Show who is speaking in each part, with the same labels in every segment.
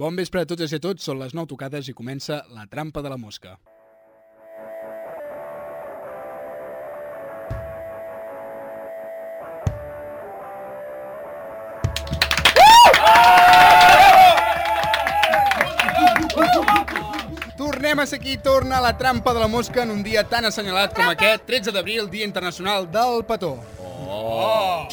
Speaker 1: Bon vespre a totes i a tots, són les 9 tocades i comença La trampa de la mosca. Tornem a ser aquí, torna la trampa de la mosca en un dia tan assenyalat com aquest, 13 d'abril, Dia Internacional del Petó. Oh.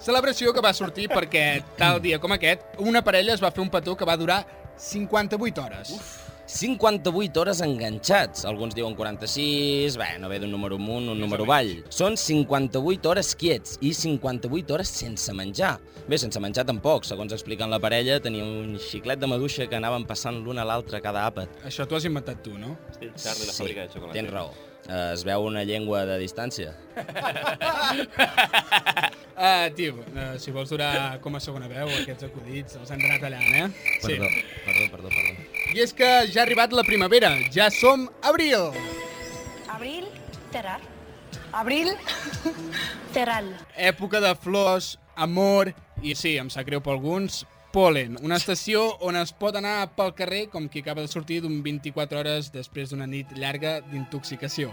Speaker 1: Celebració que va sortir perquè, tal dia com aquest, una parella es va fer un petó que va durar 58 hores. Uf.
Speaker 2: 58 hores enganxats. Alguns diuen 46, bé, no ve d'un número amunt, un número avall. Són 58 hores quiets i 58 hores sense menjar. Bé, sense menjar tampoc. Segons expliquen la parella, tenia un xiclet de maduixa que anaven passant l'un a l'altre a cada àpat.
Speaker 1: Això t'ho has inventat tu, no?
Speaker 3: Charlie, la fàbrica de xocolata.
Speaker 2: tens raó. Eh, Es veu una llengua de distància.
Speaker 1: Uh, tio, uh, si vols durar com a segona veu, aquests acudits els han d'anar tallant, eh?
Speaker 2: Perdó, perdó, perdó, perdó.
Speaker 1: I és que ja ha arribat la primavera, ja som abril!
Speaker 4: Abril, terral. Abril, terral.
Speaker 1: Època de flors, amor i sí, em sap greu per alguns, polen. Una estació on es pot anar pel carrer com qui acaba de sortir d'un 24 hores després d'una nit llarga d'intoxicació.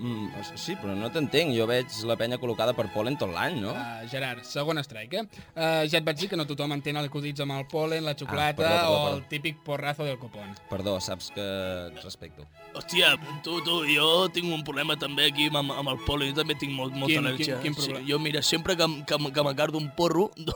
Speaker 2: Mm, o sigui, sí, però no t'entenc. Jo veig la penya col·locada per polen tot l'any, no?
Speaker 3: Ah.
Speaker 1: Uh, Gerard, segon strike, eh? Uh, ja et vaig dir que no tothom entén el acudits amb el polen,
Speaker 5: Ah,
Speaker 1: la xocolata
Speaker 2: perdó, perdó,
Speaker 1: o el
Speaker 2: perdó.
Speaker 1: típic porrazo del copón.
Speaker 2: Perdó, saps que et respecto.
Speaker 5: Hòstia, tu, tu, jo tinc un problema també aquí amb, amb el pol·len, jo també tinc molt, molta
Speaker 1: Quin-
Speaker 5: al·lèrgia.
Speaker 1: quin- quin problema?
Speaker 5: Sí, jo, mira, sempre que, em- que, em- que m'acardo un porro, no,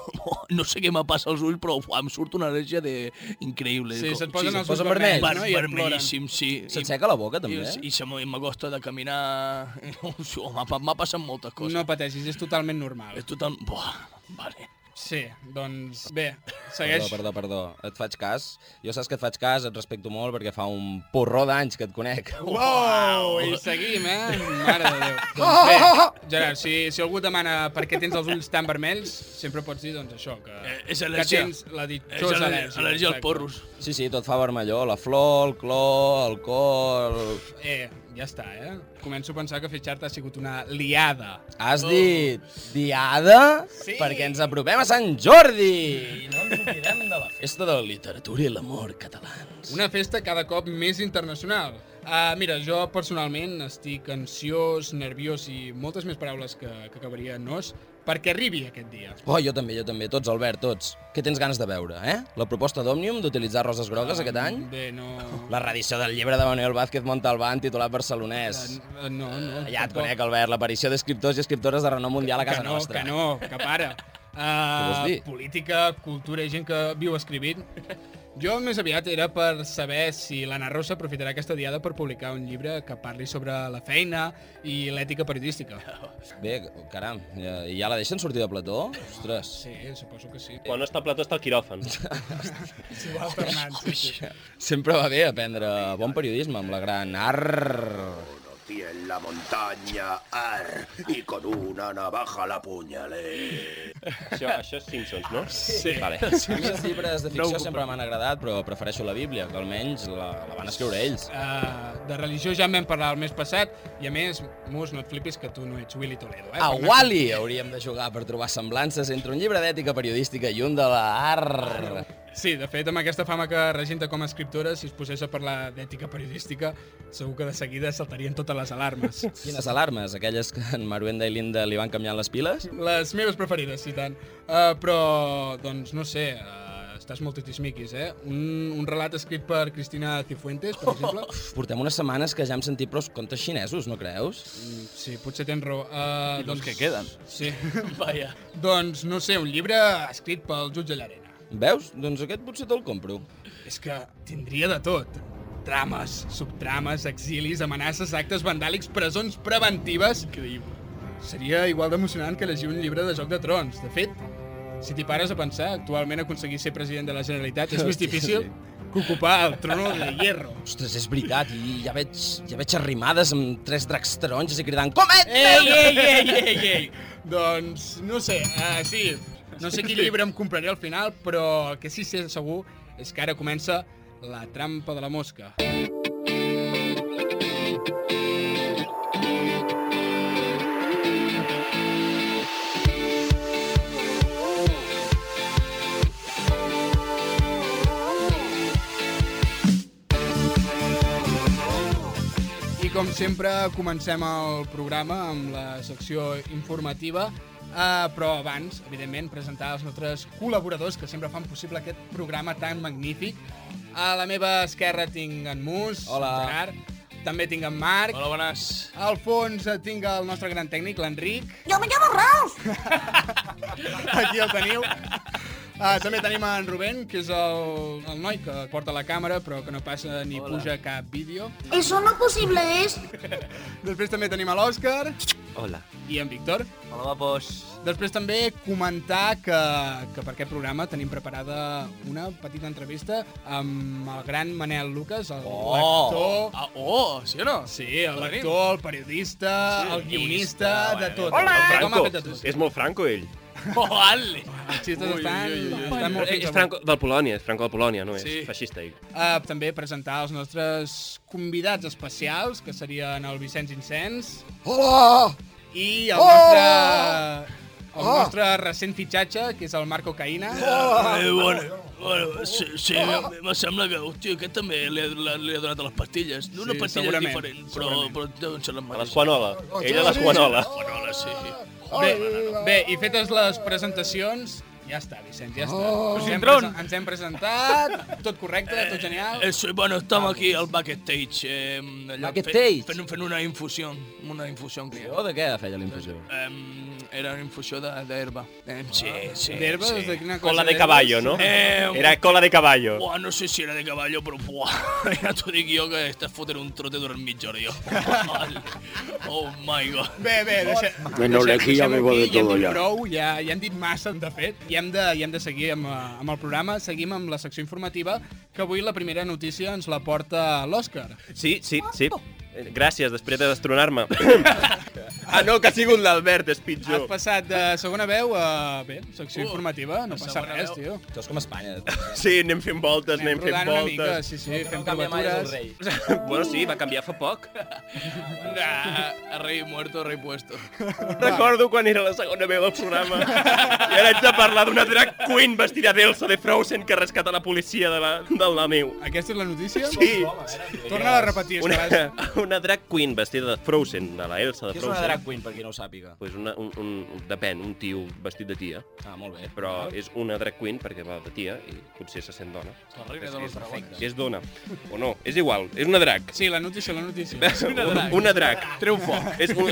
Speaker 5: no sé què me passa als ulls, però uf, em surt una al·lèrgia de... increïble.
Speaker 1: Sí,
Speaker 5: Com-
Speaker 1: se't posen els
Speaker 2: posa
Speaker 1: ulls
Speaker 2: vermell,
Speaker 1: vermells, no? I et ploren.
Speaker 5: vermellíssim, sí. I-
Speaker 2: Se't seca la boca, també? eh?
Speaker 5: I, i se m- i m'acosta de caminar... M'ha m'ha passat moltes coses.
Speaker 1: No pateixis, és totalment normal.
Speaker 5: És total... Buah, vale.
Speaker 1: Sí, doncs bé, segueix.
Speaker 2: Perdó, perdó, perdó. Et faig cas. Jo saps que et faig cas, et respecto molt, perquè fa un porró d'anys que et conec.
Speaker 1: Wow! I seguim, eh? Mare de Déu. Doncs bé, Gerard, si, si algú et demana per què tens els ulls tan vermells, sempre pots dir, doncs, això, que,
Speaker 5: Eh, és
Speaker 1: que
Speaker 5: al·lèrgia.
Speaker 1: tens la
Speaker 5: És
Speaker 1: ditjosa
Speaker 5: al·lèrgia, al·lèrgia als
Speaker 1: exacte.
Speaker 5: porros.
Speaker 2: Sí, sí, tot fa vermelló. La flor, el clor, el cor...
Speaker 1: Eh, ja està, eh? Començo a pensar que fitxar-te ha sigut una liada.
Speaker 2: Has dit diada?
Speaker 1: Oh. Sí.
Speaker 2: Perquè ens apropem a Sant Jordi!
Speaker 5: No ens oblidem de la festa de la literatura i l'amor catalans.
Speaker 1: Una festa cada cop més internacional. Uh, mira, jo personalment estic ansiós, nerviós i moltes més paraules que, que acabaria en nos perquè arribi aquest dia.
Speaker 2: Oh, jo també, jo també. Tots, Albert, tots. Què tens ganes de veure, eh? La proposta d'Òmnium d'utilitzar roses grogues aquest any?
Speaker 1: Bé, no...
Speaker 2: La reedició del llibre de Manuel Vázquez Montalbán, titulat barcelonès.
Speaker 1: Eh, No, no.
Speaker 2: Ah, Ja et
Speaker 1: tampoc.
Speaker 2: conec, Albert, l'aparició d'escriptors i escriptores de renom mundial a casa
Speaker 1: que no,
Speaker 2: nostra.
Speaker 1: Que no, que para.
Speaker 2: vols
Speaker 1: Uh,
Speaker 2: dir?
Speaker 1: política, cultura i gent que viu escrivint. Jo més aviat era per saber si l'Anna Rosa aprofitarà aquesta diada per publicar un llibre que parli sobre la feina i l'ètica periodística.
Speaker 2: Bé, caram, ja, ja la deixen sortir de plató? Ostres.
Speaker 1: Sí, suposo que sí.
Speaker 3: Quan no està el plató està el quiròfan.
Speaker 1: Sí, va tornant, sí, sí.
Speaker 2: Sempre va bé aprendre bon periodisme amb la gran arr.
Speaker 6: Y en la montaña, ar, y con una navaja la puñalé.
Speaker 3: això, això és Simpsons, no?
Speaker 1: Sí.
Speaker 3: Vale.
Speaker 2: A mi els llibres de ficció sempre m'han agradat, però prefereixo la Bíblia, que almenys la, la van escriure ells.
Speaker 1: Uh, de religió ja en vam parlar el mes passat i a més, Mus, no et flipis que tu no ets Willy Toledo. Eh?
Speaker 2: A
Speaker 1: Per anar-
Speaker 2: Ah, Wally hauríem de jugar per trobar semblances entre un llibre d'ètica periodística i un de la arr.
Speaker 1: Sí, de fet, amb aquesta fama que regenta com a escriptora, si es posés a parlar d'ètica periodística, segur que de seguida saltarien totes les alarmes.
Speaker 2: Quines alarmes, aquelles que en Maruenda i Linda li van canviant les piles?
Speaker 1: Les meves preferides, i tant. Uh, però, doncs, no sé, uh, estàs molt titismiquis, eh? Un, un relat escrit per Cristina Cifuentes, per exemple.
Speaker 2: Portem unes setmanes que ja hem sentit prou contes xinesos, no creus?
Speaker 1: Mm, Sí, potser tens raó. Uh,
Speaker 7: I los que queden.
Speaker 1: Sí.
Speaker 5: Vaja.
Speaker 1: doncs, no sé, un llibre escrit pel jutge Llarena.
Speaker 2: Veus? Doncs aquest potser te'l compro.
Speaker 1: És que tindria de tot. Trames, subtrames, exilis, amenaces, actes vandàlics, presons preventives... Increïble. Seria igual d'emocionant que llegir un llibre de Joc de Trons. De fet, si t'hi pares a pensar, actualment aconseguir ser president de la Generalitat és més
Speaker 2: Hòstia,
Speaker 1: difícil que ocupar el trono de hierro.
Speaker 2: Ostres, és veritat, i ja veig, ja veig arrimades amb tres dracs taronges i cridant Comenta!
Speaker 1: Ei, ei, ei, ei, ei! Doncs, no sé, uh, sí, no sé quin llibre em compraré al final, però el que sí que sé segur és que ara comença La trampa de la mosca. com sempre, comencem el programa amb la secció informativa, eh, però abans, evidentment, presentar els nostres col·laboradors que sempre fan possible aquest programa tan magnífic. A la meva esquerra tinc en Mus,
Speaker 2: Hola.
Speaker 1: Gerard, també tinc en Marc,
Speaker 5: Hola, bones.
Speaker 1: al fons eh, tinc el nostre gran tècnic, l'Enric.
Speaker 4: Jo me llamo Ralf!
Speaker 1: Aquí el teniu. Uh, també tenim en Rubén, que és el, el noi que porta la càmera, però que no passa ni Hola. puja cap vídeo.
Speaker 4: Eso no possible és.
Speaker 1: Després també tenim a l'Òscar
Speaker 7: Hola.
Speaker 1: i en Víctor.
Speaker 7: Hola, guapos.
Speaker 1: Després també comentar que, que per aquest programa tenim preparada una petita entrevista amb el gran Manel Lucas, el
Speaker 2: Oh!
Speaker 1: lector...
Speaker 5: Ah, oh, sí o no?
Speaker 1: Sí, el lector, el periodista, sí, el guionista, de tot.
Speaker 4: Hola!
Speaker 1: El programa
Speaker 3: Franco.
Speaker 1: fet de tot.
Speaker 3: És molt franco, ell.
Speaker 5: Oh, ale.
Speaker 1: Els xistes estan, estan molt
Speaker 3: Eh,
Speaker 1: fins avui.
Speaker 3: És franco del Polònia, és franco de Polònia, no és
Speaker 5: Sí.
Speaker 3: feixista, ell.
Speaker 1: a Eh, també presentar els nostres convidats especials, que serien el Vicenç Incens
Speaker 2: Hola!
Speaker 1: i el nostre... El nostre recent fitxatge, que és el Marco Caïna.
Speaker 5: Eh, bueno, bueno, sí, sí
Speaker 1: Oh.
Speaker 5: me- me sembla que, hòstia, aquest també li ha, la- li ha donat a les pastilles. No una
Speaker 1: Sí,
Speaker 5: pastilla
Speaker 1: segurament,
Speaker 5: diferent, però,
Speaker 1: segurament.
Speaker 5: però deuen ser les
Speaker 3: A
Speaker 5: mateixes.
Speaker 3: l'esquanola.
Speaker 1: Oh,
Speaker 3: Ell a l'esquanola.
Speaker 5: Esquanola, sí.
Speaker 1: Bé, bé, i fetes les presentacions, ja està, Vicenç, ja està. Ens, hem presen- ens hem presentat, tot correcte, tot genial.
Speaker 5: Eso, Eh, bueno, estamos aquí al backstage. Eh, allà
Speaker 2: Backstage?
Speaker 5: Fent, fent, fent una infusió, una infusió que hi
Speaker 2: Jo
Speaker 5: ha.
Speaker 2: Oh, de què feia la infusió?
Speaker 5: Em, era una infusió de- d'herba. Eh, sí, sí,
Speaker 1: D'herbes,
Speaker 5: sí.
Speaker 1: Ah, de quina cosa?
Speaker 3: Cola de
Speaker 1: d'herbes?
Speaker 3: caballo, no?
Speaker 5: Eh,
Speaker 3: Era cola de caballo.
Speaker 5: Buah, no sé si era de caballo, però buah, ja t'ho dic jo que estàs fotent un trote durant mitja hora, jo. oh my god.
Speaker 1: Bé, bé, deixa...
Speaker 6: Bueno, l'equí ja
Speaker 1: deixem-ho
Speaker 6: me va de
Speaker 1: aquí,
Speaker 6: todo
Speaker 1: ja.
Speaker 6: ya.
Speaker 1: en Prou, ja, ja han dit massa, de fet, i hem de, i hem de seguir amb, eh, amb el programa. Seguim amb la secció informativa, que avui la primera notícia ens la porta l'Òscar.
Speaker 3: Sí, sí, sí. Eh, Gràcies, després de destronar-me. ah, no, que ha sigut l'Albert, és
Speaker 1: Has
Speaker 3: pitjor.
Speaker 1: passat de segona veu a... Bé, secció
Speaker 5: Uh,
Speaker 1: informativa, no
Speaker 5: a
Speaker 1: passa
Speaker 5: segona
Speaker 1: res,
Speaker 5: veu.
Speaker 1: tio.
Speaker 2: Això és com Espanya.
Speaker 3: Sí, anem fent voltes, anem, fent
Speaker 1: rodant una mica,
Speaker 3: voltes.
Speaker 1: sí, sí,
Speaker 2: Que
Speaker 1: fent
Speaker 2: no canvia mai el
Speaker 1: provatures.
Speaker 2: rei.
Speaker 3: bueno, sí, va canviar fa poc.
Speaker 5: Nah, rei muerto, rei puesto.
Speaker 3: Recordo quan era la segona veu del programa i ara haig de parlar d'una drag queen vestida d'Elsa de Frozen que rescata la policia de la, del la meu.
Speaker 1: Aquesta és la notícia?
Speaker 3: Sí,
Speaker 1: Torna a repetir,
Speaker 3: una,
Speaker 1: Una...
Speaker 3: una drag queen vestida de Frozen, de la Elsa de
Speaker 2: Què és una
Speaker 3: Frozen.
Speaker 2: drag queen, per qui no ho sàpiga?
Speaker 3: Pues una, un, un, un, depèn, un tio vestit de tia,
Speaker 2: Ah, molt bé.
Speaker 3: però és una drag queen perquè va de tia i potser se sent dona.
Speaker 5: La reina de los dragones.
Speaker 3: Si és dona o no, és igual, és una drag.
Speaker 1: Sí, la notícia, la notícia.
Speaker 3: Una drag. Una drag. Treu foc. És un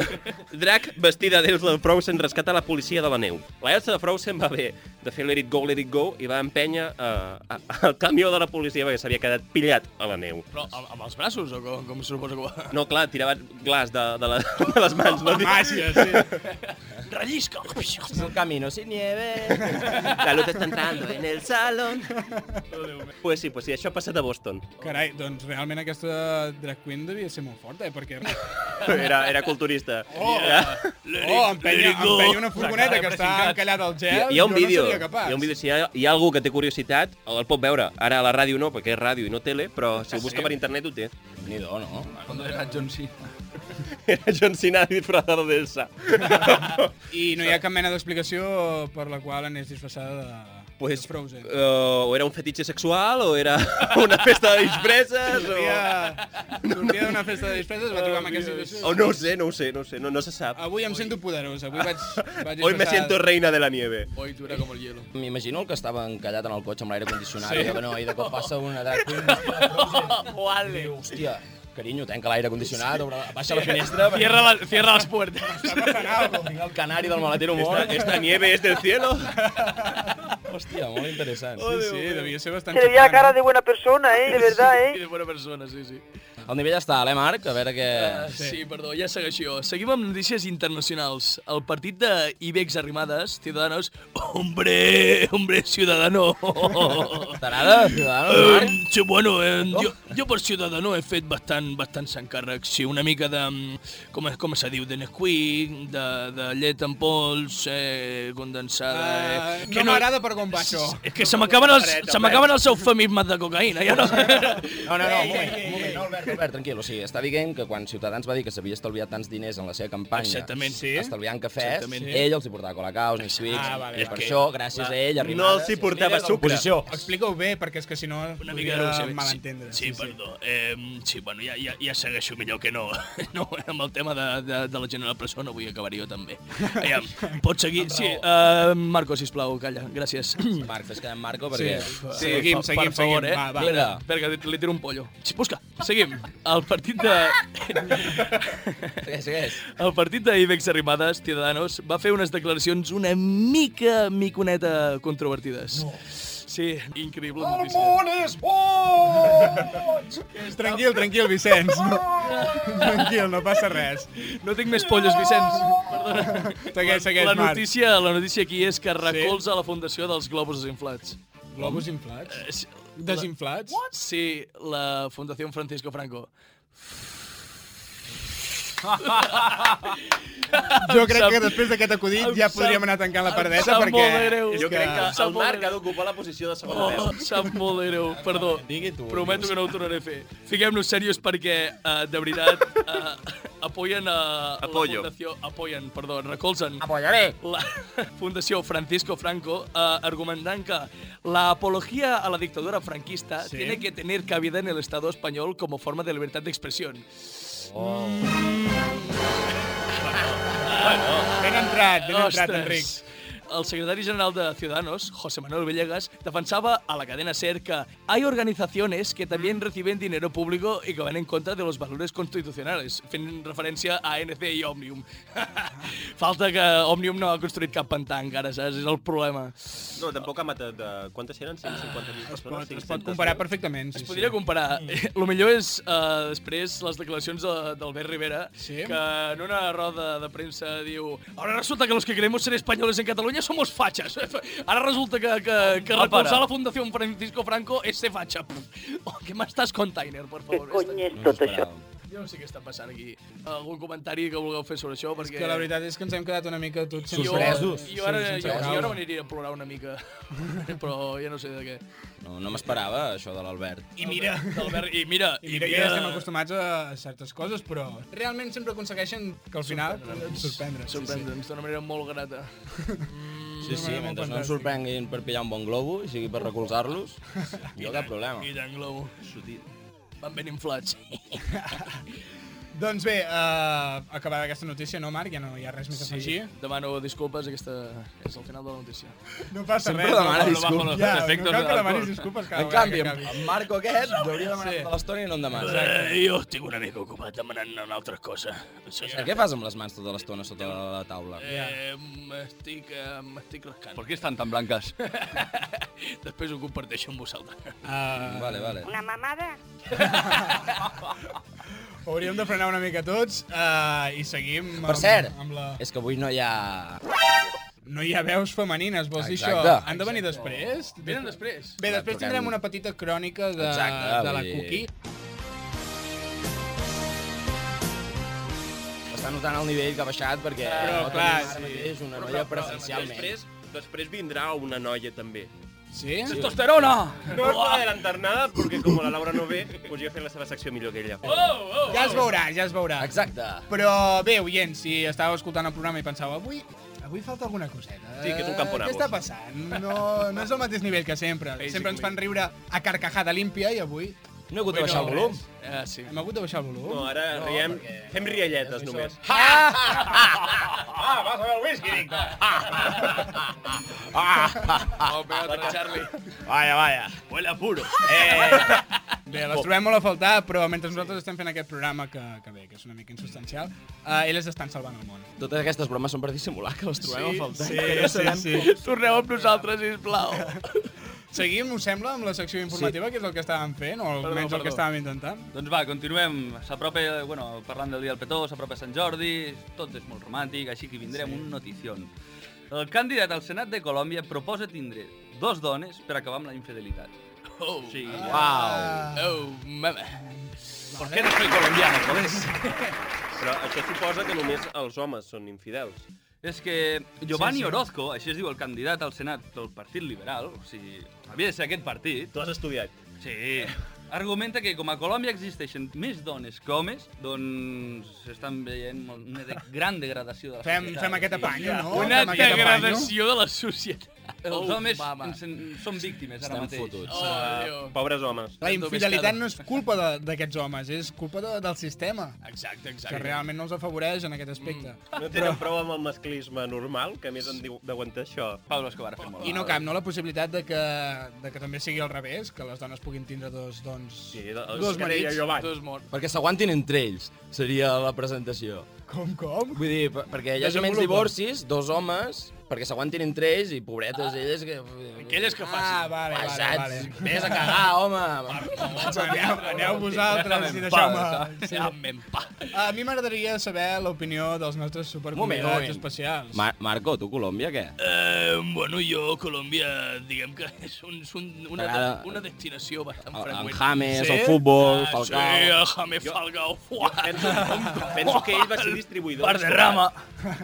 Speaker 3: drac vestida d'Elsa de Frozen rescata la policia de la neu. La Elsa de Frozen va haver de fer Let It Go, Let It Go i va empènyer eh, a- al camió de la policia perquè s'havia quedat pillat a la neu.
Speaker 5: Però amb, amb els braços o com, com suposo que va?
Speaker 3: No, clar, tirava glaç de, de, la, de les mans. No?
Speaker 1: Oh, Màgia, sí.
Speaker 5: Rellisca!
Speaker 2: És un camino sin nieve.
Speaker 3: La luz está entrando en el salón. Pues sí, pues sí, això ha passat a Boston.
Speaker 1: Carai, doncs realment aquesta drag queen devia ser molt forta, eh? Perquè...
Speaker 3: Era, era culturista.
Speaker 1: Oh,
Speaker 3: Era-
Speaker 1: oh empenya, empenya una furgoneta que està encallada al
Speaker 3: Hi ha,
Speaker 1: gel.
Speaker 3: hi ha un
Speaker 1: jo
Speaker 3: vídeo,
Speaker 1: No seria capaç.
Speaker 3: hi ha un vídeo, si hi ha, hi ha algú que té curiositat, el pot veure. Ara a la ràdio no, perquè és ràdio i no tele, però
Speaker 1: Ah,
Speaker 3: si ho busca per internet ho té.
Speaker 2: Ni do, no?
Speaker 5: Cuando era John Cena.
Speaker 3: Era John Cena disfrazado de Elsa.
Speaker 1: I no hi ha cap mena d'explicació per la qual anés disfressada de,
Speaker 3: Pues,
Speaker 1: de Frozen.
Speaker 3: Uh, o era un fetitxe sexual, o era una festa de disfresses, o...
Speaker 1: Sortia, sortia d'una festa de disfresses, es va trobar amb aquesta
Speaker 3: O
Speaker 2: Oh,
Speaker 1: situació.
Speaker 3: no ho sé, no ho sé, no ho sé, no, no se sap.
Speaker 1: Avui em sento poderós, avui vaig, vaig
Speaker 3: Hoy me
Speaker 1: disfressar-
Speaker 3: siento reina de la nieve.
Speaker 5: Hoy tú eres como el hielo.
Speaker 2: M'imagino el que estava encallat en el cotxe amb l'aire condicionat sí. i, de, no, i de cop passa una drag queen.
Speaker 5: Oale.
Speaker 2: Hòstia, carinyo, tanca l'aire condicionat, obre, baixa la finestra, perquè
Speaker 5: Cierra, la, cierra las puertas.
Speaker 2: el canari del maletero
Speaker 3: Esta,
Speaker 2: mort.
Speaker 3: esta nieve es del cielo.
Speaker 2: Hòstia, molt interessant.
Speaker 1: Sí, sí, devia ser bastant
Speaker 8: Tiene ya
Speaker 1: xocant,
Speaker 8: cara
Speaker 1: eh?
Speaker 8: de buena persona, ¿eh? De verdad, ¿eh?
Speaker 5: I de bona persona, sí, sí.
Speaker 2: El nivell està, eh, Marc? A veure què...
Speaker 5: Uh, sí, perdó, ja segueix jo. Seguim amb notícies internacionals. El partit de Ibex Arrimadas, Ciudadanos... Hombre, hombre, Ciudadano.
Speaker 2: T'agrada, Ciudadanos, Marc?
Speaker 5: Eh, sí, bueno, eh, jo, jo per Ciudadano he fet bastant, bastants encàrrecs, sí, una mica de, mm, com, es- com se diu, de Nesquik, de, de llet en pols, eh, condensada...
Speaker 1: Eh, no m'agrada per com va això.
Speaker 5: És que se m'acaben els, se m'acaben els eufemismes de cocaïna, ja no...
Speaker 2: No, no, no, un moment, un moment. Albert, tranquil, o sigui, està dient que quan Ciutadans va dir que s'havia estalviat tants diners en la seva campanya
Speaker 5: Exactament. Sí.
Speaker 2: estalviant cafès,
Speaker 5: Exactament.
Speaker 2: ell els hi portava colacaus, ni Twix,
Speaker 1: Ah, vale, Ah,
Speaker 2: i
Speaker 1: vale.
Speaker 2: per això, gràcies a ell, arribava...
Speaker 3: No els hi portava sucre.
Speaker 2: Posició.
Speaker 1: Explica-ho bé, perquè és que si no
Speaker 5: Una mica
Speaker 1: podria
Speaker 5: no ho sé.
Speaker 1: malentendre.
Speaker 5: Sí, sí, perdó. Eh, sí, bueno, ja, ja, ja segueixo millor que no. no amb el tema de, de, de la gent a la presó no vull acabar jo també. Aviam, pots seguir? Sí, uh, Marco, sisplau, calla. Gràcies.
Speaker 2: Marc, fes quedar en Marco, perquè...
Speaker 1: Sí, seguim,
Speaker 5: per-
Speaker 1: seguim,
Speaker 5: per favor,
Speaker 1: seguim.
Speaker 5: Eh?
Speaker 1: Va, va.
Speaker 5: Espera, espera, que li tiro un pollo. Sí, busca, seguim. El partit de...
Speaker 2: Segueix, segueix.
Speaker 5: El partit d'Ibex Arrimadas, Ciudadanos, va fer unes declaracions una mica, miconeta controvertides. No. Oh! Sí, increïble notícia.
Speaker 1: Tranquil, tranquil, Vicenç. No, tranquil, no passa res.
Speaker 5: No tinc més polles, Vicenç. Perdona.
Speaker 1: Segueix, segueix,
Speaker 5: la, la
Speaker 1: Marc.
Speaker 5: notícia, la notícia aquí és que recolza sí. la fundació dels globus desinflats.
Speaker 1: Globus inflats?
Speaker 5: Eh, sí,
Speaker 1: Desinflats?
Speaker 5: La, sí, la Fundació Francisco Franco.
Speaker 1: Jo crec
Speaker 5: Em
Speaker 1: que
Speaker 5: sap-
Speaker 1: després d'aquest acudit
Speaker 5: em
Speaker 1: ja
Speaker 5: sap-
Speaker 1: podríem anar tancant la
Speaker 5: em
Speaker 1: paradeta
Speaker 5: sap
Speaker 1: perquè...
Speaker 5: molt de greu.
Speaker 1: és
Speaker 3: Jo crec que
Speaker 5: Sap
Speaker 3: el
Speaker 5: molt
Speaker 3: Marc
Speaker 5: greu.
Speaker 3: ha d'ocupar la posició de segona
Speaker 5: Oh,
Speaker 3: veu.
Speaker 5: em sap molt de greu, perdó.
Speaker 2: Digui tu,
Speaker 5: Prometo que no ho tornaré a fer. Fiquem-nos serios perquè, uh, de veritat, uh, apoyen a
Speaker 3: Apoyo.
Speaker 5: la Fundació... Apoyen, perdó, recolzen... La Fundació Francisco Franco uh, argumentant que la apología a la dictadura franquista
Speaker 1: Sí.
Speaker 5: tiene que tener cabida en el Estado español como forma de libertad de expresión.
Speaker 1: Ben entrat, ben entrat,
Speaker 5: Ostres.
Speaker 1: Enric.
Speaker 5: El secretario general de Ciudadanos, José Manuel Villegas, defensaba a la cadena SER que hay organizaciones que
Speaker 1: Mm.
Speaker 5: también reciben dinero público y que van en contra de los valores constitucionales, fent referència a ANC i Òmnium. Falta que Òmnium no ha construït cap pantà encara, saps? És el problema.
Speaker 3: No, tampoc ha matat... De... Quantes eren? 150.000
Speaker 1: Es
Speaker 3: persones?
Speaker 1: pot, es pot comparar perfectament. Sí, Mm.
Speaker 5: Es podria comparar. eh, El millor és uh, després les declaracions de- d'Albert Rivera,
Speaker 1: Sí.
Speaker 5: que en una roda de premsa diu «Ahora resulta que los que queremos ser españoles en Cataluña somos fachas». Ara resulta que, que, que
Speaker 3: Va,
Speaker 5: recolzar
Speaker 3: para.
Speaker 5: la Fundació Francisco Franco és ser facha. Oh, què m'estàs container, per favor?
Speaker 8: és tot això?
Speaker 5: Jo no sé què està passant aquí. Algun comentari que vulgueu fer sobre això? Perquè
Speaker 1: Que la veritat és que ens hem quedat una mica tots sense-
Speaker 5: jo,
Speaker 2: Sorpresos.
Speaker 5: Jo ara,
Speaker 1: Sí, sense
Speaker 5: jo, jo ara
Speaker 1: paraula.
Speaker 5: m'aniria a plorar una mica, però ja no sé de què.
Speaker 2: No, no m'esperava, això de l'Albert.
Speaker 5: I mira, Albert, i mira,
Speaker 1: I mira, ja estem acostumats a certes coses, però realment sempre aconsegueixen que al final ens sorprendre.
Speaker 5: Sorprendre'ns d'una manera molt grata.
Speaker 1: Mm,
Speaker 2: Sí, sí,
Speaker 1: molt
Speaker 2: mentre no ens
Speaker 1: fantàstic.
Speaker 2: sorprenguin per pillar un bon globo, i sigui per recolzar-los, jo cap problema.
Speaker 5: I tant, globo. Van ben inflats.
Speaker 1: Doncs bé, uh, acabada aquesta notícia, no, Marc? Ja no hi ha res més a afegir?
Speaker 5: Demano disculpes, aquesta és el final de la notícia.
Speaker 1: No passa
Speaker 2: Sempre
Speaker 1: res.
Speaker 2: demana
Speaker 1: no,
Speaker 2: disculpes.
Speaker 1: No, ja,
Speaker 5: Efectes
Speaker 1: no cal que
Speaker 5: de
Speaker 1: demanis
Speaker 5: l'alcohol.
Speaker 1: disculpes cada
Speaker 2: En canvi,
Speaker 1: vegada
Speaker 2: amb amb Marco aquest, hauria demanat tota l'estona i no en demana.
Speaker 5: Eh, jo estic una mica ocupat demanant una altra cosa.
Speaker 2: Per Eh, què fas amb les mans tota l'estona sota la, la taula?
Speaker 5: Eh, m'estic, eh, m'estic rascant.
Speaker 7: ¿Por qué están tan blancas?
Speaker 5: Després ho comparteixo amb vosaltres.
Speaker 1: Uh,
Speaker 2: Vale, vale.
Speaker 4: Una mamada.
Speaker 1: hauríem de frenar una mica tots uh, i seguim amb,
Speaker 2: Per cert,
Speaker 1: amb la...
Speaker 2: és que avui no hi ha...
Speaker 1: No hi ha veus femenines, vols dir això?
Speaker 2: Exacte.
Speaker 1: Han de venir després?
Speaker 5: Venen després.
Speaker 1: Bé, després tindrem una petita crònica de,
Speaker 2: Exacte,
Speaker 1: de la
Speaker 2: vull dir-
Speaker 1: Cookie.
Speaker 2: Està notant el nivell que ha baixat perquè...
Speaker 1: Però,
Speaker 2: no tenim
Speaker 1: clar,
Speaker 2: ara
Speaker 1: sí.
Speaker 2: mateix una
Speaker 3: Però,
Speaker 2: noia
Speaker 3: però,
Speaker 2: presencialment.
Speaker 3: Després, després vindrà una noia també.
Speaker 1: Sí?
Speaker 5: Testosterona!
Speaker 3: No us puedo adelantar nada, porque como la Laura no ve, pues jo he fet la seva secció millor que ella.
Speaker 1: Oh, Ja es veurà, ja es veurà.
Speaker 2: Exacte.
Speaker 1: Però bé, oients, si estàveu escoltant el programa i pensàveu avui avui falta alguna coseta.
Speaker 3: Sí, que és un
Speaker 1: eh,
Speaker 3: camponabos."
Speaker 1: Què està passant? No, no és el mateix nivell que sempre. Sempre ens fan riure a carcajada límpia i avui
Speaker 2: No he hagut de
Speaker 1: Avui no,
Speaker 2: baixar el volum.
Speaker 1: res.
Speaker 5: Eh, sí.
Speaker 1: hem hagut de baixar el volum.
Speaker 3: No, ara riem, fem rialletes només.
Speaker 1: Ah, vas a veure el whisky, dic.
Speaker 9: Ah,
Speaker 5: Oh, ve altra, Charlie. Eh.
Speaker 2: Vaya, vaya.
Speaker 5: Huele a puro.
Speaker 1: Eh. Bé, les trobem molt a faltar, però mentre nosaltres estem fent aquest programa, que, que bé, que és una mica insustancial, eh, elles estan salvant el món.
Speaker 2: Totes aquestes bromes són per dissimular que les trobem a faltar.
Speaker 1: sí, sí, sí.
Speaker 5: Torneu amb nosaltres, sisplau.
Speaker 1: Seguim, us sembla, amb la secció informativa, que és el que estàvem fent, o almenys el
Speaker 5: perdó.
Speaker 1: que estàvem intentant?
Speaker 7: Doncs va, continuem. S'apropa, bueno, parlant del dia del petó, s'apropa Sant Jordi, tot és molt romàntic, així que vindrem sí. un notición. El candidat al Senat de Colòmbia proposa tindre dos dones per acabar amb la infidelitat.
Speaker 5: Oh,
Speaker 7: Sí.
Speaker 2: Uau.
Speaker 5: oh mama. ¿Por qué no soy colombiano, joder?
Speaker 3: Però això suposa que només els homes són infidels.
Speaker 7: És que Eh, Giovanni sí, sí. Orozco, així es diu el candidat al Senat del Partit Liberal, o sigui, havia de ser aquest partit,
Speaker 3: Tu has estudiat.
Speaker 7: Sí, argumenta que com a Colòmbia existeixen més dones que homes, doncs s'estan veient molt- una de gran degradació de la
Speaker 1: Fem,
Speaker 7: societat.
Speaker 1: fem aquest apanyo, no?
Speaker 5: Una
Speaker 1: Fem aquest apanyo.
Speaker 5: degradació de la societat.
Speaker 7: Els homes
Speaker 5: mama.
Speaker 7: ens en- són víctimes ara
Speaker 2: Estan
Speaker 7: mateix.
Speaker 2: fotuts.
Speaker 5: Oh, Déu.
Speaker 3: Pobres homes.
Speaker 1: La infidelitat no és culpa de- d'aquests homes, és culpa de, del sistema,
Speaker 5: Exacte,
Speaker 1: que
Speaker 5: exacte. Mm.
Speaker 1: realment no els afavoreix en aquest aspecte.
Speaker 3: No tenen prou amb el masclisme normal, que a més han diu- d'aguantar això.
Speaker 7: Pablo Escobar ha fet molt
Speaker 1: I no
Speaker 7: mal.
Speaker 1: cap, no? La possibilitat de que, de que també sigui al revés, que les dones puguin tindre dos, doncs,
Speaker 3: Sí, de- el
Speaker 1: dos
Speaker 3: que deia
Speaker 1: marits.
Speaker 3: jo abans.
Speaker 5: Dos morts.
Speaker 2: Perquè s'aguantin entre ells, seria la presentació.
Speaker 1: Com, com?
Speaker 2: Vull dir, per- perquè hi hagi menys
Speaker 1: Desenvolupa.
Speaker 2: divorcis, dos homes, perquè s'aguantin entre ells i pobretes elles que...
Speaker 5: Aquelles que
Speaker 1: Ah,
Speaker 5: facin.
Speaker 1: vale, vale,
Speaker 2: Passats,
Speaker 1: vale.
Speaker 2: vés a cagar, home!
Speaker 1: Home, aneu, aneu vosaltres i deixeu-me...
Speaker 5: Sí. Amb en pa.
Speaker 1: A mi m'agradaria saber l'opinió dels nostres
Speaker 2: Moment, moment.
Speaker 1: superconvidats especials.
Speaker 2: Mar Marco, tu Colòmbia, què?
Speaker 5: Eh, bueno, jo, Colòmbia, diguem que és, un, és un, una, de,
Speaker 2: T'agrada-
Speaker 5: una destinació bastant
Speaker 2: El, el
Speaker 5: freqüent.
Speaker 2: James,
Speaker 1: Sí?
Speaker 2: el futbol,
Speaker 5: Ah, sí,
Speaker 2: Falcao...
Speaker 5: el Jame Falcao. Fuà.
Speaker 3: Penso, penso que ell va ser distribuïdor.
Speaker 5: Par de rama.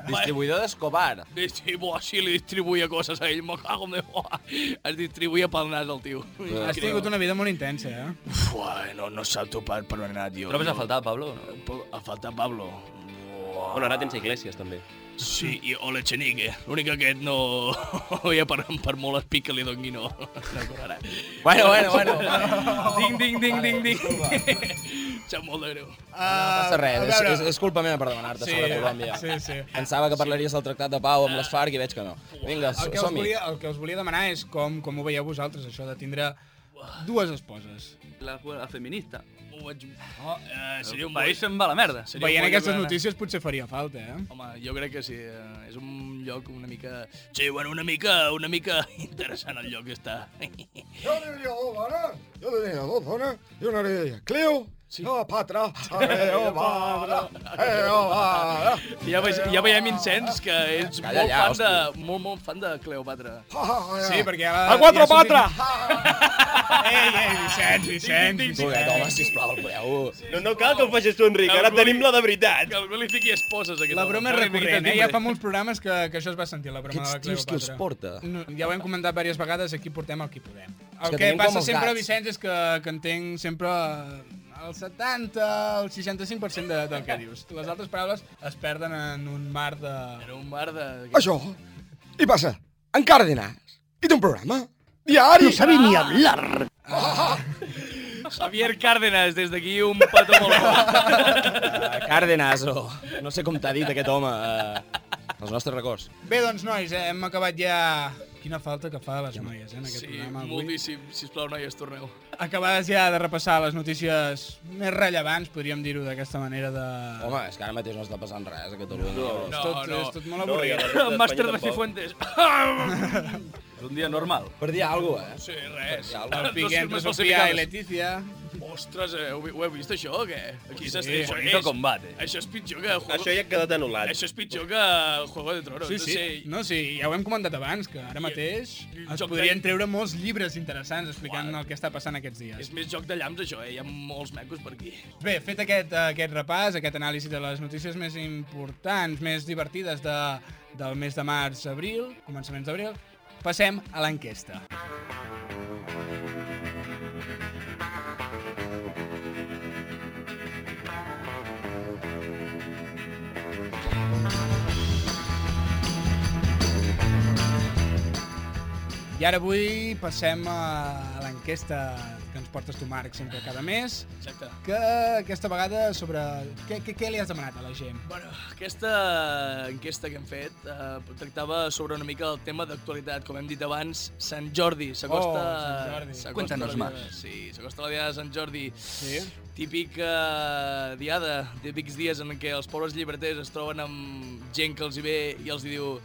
Speaker 2: Distribuïdor d'Escobar.
Speaker 5: Distribu així, li distribuïa coses a ell, me cago en Déu. Es distribuïa pel nas, el tio.
Speaker 1: Has tingut una vida molt intensa, eh?
Speaker 5: Fuà, no, no s'ha topat per anar, tio.
Speaker 7: Trobes a faltar, Pablo? No?
Speaker 5: A faltar Pablo.
Speaker 3: Bueno, ara tens a Iglesias, també.
Speaker 5: Sí, i Ole Chenique. L'únic que aquest no... ja per, per molt espic que li doni no. no correrà.
Speaker 2: Bueno, bueno, bueno.
Speaker 5: ding, ding, ding, ding, ding. Sap molt de greu.
Speaker 1: Uh,
Speaker 2: No passa res, és, és, és culpa meva per demanar-te sobre Colòmbia.
Speaker 1: Sí, sí. Ah.
Speaker 2: Pensava que parlaries del tractat de pau amb les FARC i veig que no. Vinga,
Speaker 1: El que, us
Speaker 2: som-hi.
Speaker 1: volia, el que us volia demanar és com, com ho veieu vosaltres, això de tindre dues esposes.
Speaker 7: La, la feminista.
Speaker 5: Ho vaig... Oh, eh, seria
Speaker 7: El
Speaker 5: un
Speaker 7: país
Speaker 5: país...
Speaker 7: se'n va a la merda.
Speaker 5: Seria un
Speaker 1: Veient
Speaker 5: guai
Speaker 1: aquestes
Speaker 5: que-
Speaker 1: notícies potser faria falta, eh?
Speaker 5: Home, jo crec que sí. eh, És un lloc una mica... Sí, bueno, una mica, una mica interessant el lloc que està.
Speaker 9: Jo aniria a Obana, jo aniria a Obana, jo aniria a Clio, sí. a Patra, a Reobara, a Reobara.
Speaker 5: Ja, veig, ja veiem incens que ets
Speaker 2: Calla
Speaker 5: molt,
Speaker 2: ja,
Speaker 5: fan de,
Speaker 2: hòstia.
Speaker 5: molt, molt fan de Cleopatra.
Speaker 1: Ah, Sí, perquè ara...
Speaker 9: A quatre
Speaker 1: ja sortim-
Speaker 9: patra!
Speaker 1: Ei, ei, Vicenç, Vicenç,
Speaker 2: Poguet, home,
Speaker 1: Vicenç.
Speaker 2: sisplau, podeu...
Speaker 3: No, no cal que ho facis tu, Enric,
Speaker 5: ara tenim
Speaker 3: la de veritat.
Speaker 5: Que algú li fiqui esposes, aquest
Speaker 1: La
Speaker 5: home.
Speaker 1: broma és
Speaker 5: No,
Speaker 1: recurrent, eh?
Speaker 5: hombre.
Speaker 1: Ja fa molts programes que, que això es va sentir, la broma de la
Speaker 2: Aquests tios
Speaker 1: Cleopatra.
Speaker 2: que us porta.
Speaker 1: No, ja ho hem comentat diverses vegades, aquí portem el que podem.
Speaker 2: que
Speaker 1: El que,
Speaker 2: tenim com
Speaker 1: passa
Speaker 2: els
Speaker 1: sempre,
Speaker 2: gats.
Speaker 1: Vicenç, és que, que entenc sempre el 70, el 65% de, del que dius. Les altres paraules es perden en un mar de...
Speaker 5: Era un mar de...
Speaker 9: Això, i passa, en Cárdenas, i té un programa diari. Ah. No sabia ni hablar.
Speaker 1: Ah,
Speaker 5: Javier Cárdenas, des d'aquí un petó molt bo.
Speaker 2: Uh, Cárdenas, o... No sé com t'ha dit aquest home. Uh, els nostres records.
Speaker 1: Bé, doncs, nois, eh, hem acabat ja... Quina falta que fa a les noies, eh, en aquest
Speaker 5: Sí,
Speaker 1: programa avui.
Speaker 5: moltíssim. Sisplau, noies, torneu.
Speaker 1: Acabades ja de repassar les notícies més rellevants, podríem dir-ho d'aquesta manera de...
Speaker 2: Home, és que ara mateix no està passant res a Catalunya.
Speaker 1: és,
Speaker 5: no,
Speaker 1: tot,
Speaker 5: no.
Speaker 1: és tot molt avorrit.
Speaker 7: Màster de Cifuentes. És un dia normal.
Speaker 2: Per dir alguna cosa, eh?
Speaker 5: Sí, res.
Speaker 1: El piqué entre
Speaker 5: firmes
Speaker 1: Sofia i
Speaker 5: falsificades.
Speaker 1: Letícia.
Speaker 5: Ostres, eh, ho, ho heu vist això o què? Aquí s'està...
Speaker 1: sí,
Speaker 5: això,
Speaker 7: Bonito
Speaker 5: és-
Speaker 7: combat, eh?
Speaker 5: això és pitjor que... Juego...
Speaker 3: Això ja ha quedat anul·lat.
Speaker 5: Això és pitjor que Juego de Tronos.
Speaker 1: Sí, sí. No, sí, ja ho hem comentat abans, que ara mateix
Speaker 5: el
Speaker 1: es
Speaker 5: joc
Speaker 1: podrien
Speaker 5: de-
Speaker 1: treure molts llibres interessants explicant el que està passant aquests dies.
Speaker 5: És més joc de llams, això, eh? Hi ha molts mecos per aquí.
Speaker 1: Bé, fet aquest, aquest repàs, aquest anàlisi de les notícies més importants, més divertides de, del mes de març-abril, començaments d'abril, passem a l'enquesta. I ara avui passem a, a l'enquesta que ens portes tu, Marc, sempre cada mes,
Speaker 5: Exacte.
Speaker 1: que aquesta vegada sobre... Què, què, què li has demanat a la gent?
Speaker 5: Bueno, aquesta enquesta que hem fet eh, tractava sobre una mica el tema d'actualitat. Com hem dit abans, Sant Jordi s'acosta...
Speaker 1: Oh, Sant Jordi.
Speaker 5: s'acosta
Speaker 7: Cuéntanos
Speaker 5: la
Speaker 7: más.
Speaker 5: diada- Sí, s'acosta la diada de Sant Jordi. eh,
Speaker 1: Sí?
Speaker 5: Típica diada, típics dies en què els pobres llibreters es troben amb gent que els hi ve i els hi diu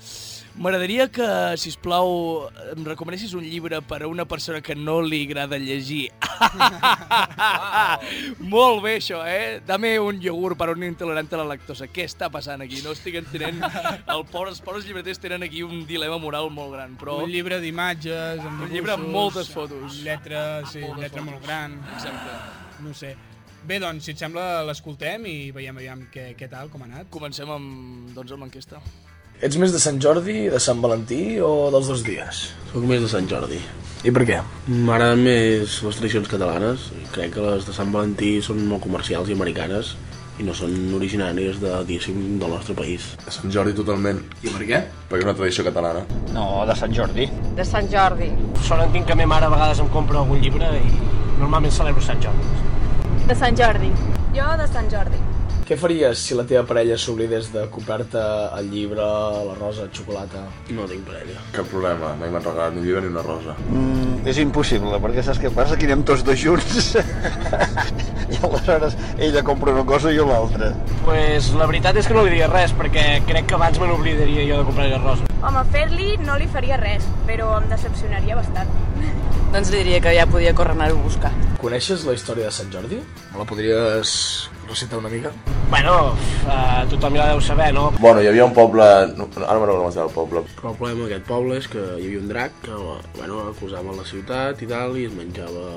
Speaker 5: M'agradaria que, si us plau, em recomanessis un llibre per a una persona que no li agrada llegir. Molt bé, això, eh? Dame un iogurt per
Speaker 1: eh?
Speaker 5: a un intolerant a la lactosa. Què està passant aquí? No estic entenent. El pobre, els pobres llibreters tenen aquí un dilema moral molt gran, però...
Speaker 1: Un llibre d'imatges, amb
Speaker 5: Un llibre amb
Speaker 1: dibuixos,
Speaker 5: moltes fotos.
Speaker 1: Amb lletres, sí,
Speaker 5: Moltes
Speaker 1: lletra
Speaker 5: fotos.
Speaker 1: molt gran,
Speaker 5: Exacte.
Speaker 1: no ho sé. Bé, doncs, si et sembla, l'escoltem i veiem, veiem què, què tal, com ha anat.
Speaker 5: Comencem amb, doncs, amb l'enquesta.
Speaker 10: Ets més de Sant Jordi, de Sant Valentí o dels dos dies? Soc més de Sant Jordi. I per què? M'agraden més les tradicions catalanes. Crec que les de Sant Valentí són molt comercials i americanes i no són originàries de, diguéssim, del nostre país.
Speaker 11: De Sant Jordi totalment. I per què? Perquè és una tradició catalana.
Speaker 10: No, de Sant Jordi.
Speaker 12: De Sant Jordi.
Speaker 13: Sort en tinc que ma mare a vegades em compra algun llibre i normalment celebro Sant Jordi.
Speaker 12: De Sant Jordi. Jo de Sant Jordi.
Speaker 10: Què faries si la teva parella s'oblidés de comprar-te el llibre, la rosa, xocolata? No tinc parella.
Speaker 11: Cap problema, mai m'han regalat ni un llibre ni una rosa.
Speaker 14: Mm, és impossible, perquè saps què passa? Que anem tots dos junts. I aleshores ella compra una cosa i jo l'altra.
Speaker 13: Pues la veritat és que no li diria res,
Speaker 10: Eh,
Speaker 13: perquè crec que abans me n'oblidaria jo de comprar-li rosa.
Speaker 12: Home, fer-li no li faria res, però em decepcionaria bastant.
Speaker 15: Doncs li diria que ja podia córrer anar-ho a buscar.
Speaker 10: Coneixes la història de Sant Jordi?
Speaker 11: Me la podries recitar una mica?
Speaker 13: Bueno, uh, tothom ja la deu saber, no?
Speaker 11: Bueno, hi havia un poble... No, ara me'n recordo el poble.
Speaker 10: Però el problema d'aquest poble és que hi havia un drac que, bueno, acusava la ciutat i tal, i es menjava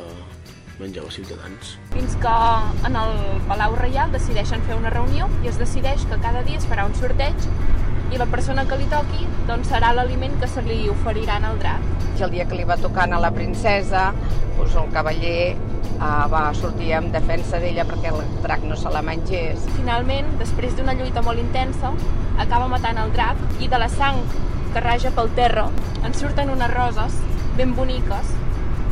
Speaker 10: menjava ciutadans.
Speaker 16: Fins que en el Palau Reial decideixen fer una reunió i es decideix que cada dia es farà un sorteig i la persona que li toqui doncs, serà l'aliment que se li oferiran al drac.
Speaker 12: I el dia que li va tocant a la princesa, doncs el cavaller eh, va sortir en defensa d'ella perquè el drac no se la mengés.
Speaker 16: Finalment, després d'una lluita molt intensa, acaba matant el drac i de la sang que raja pel terra en surten unes roses ben boniques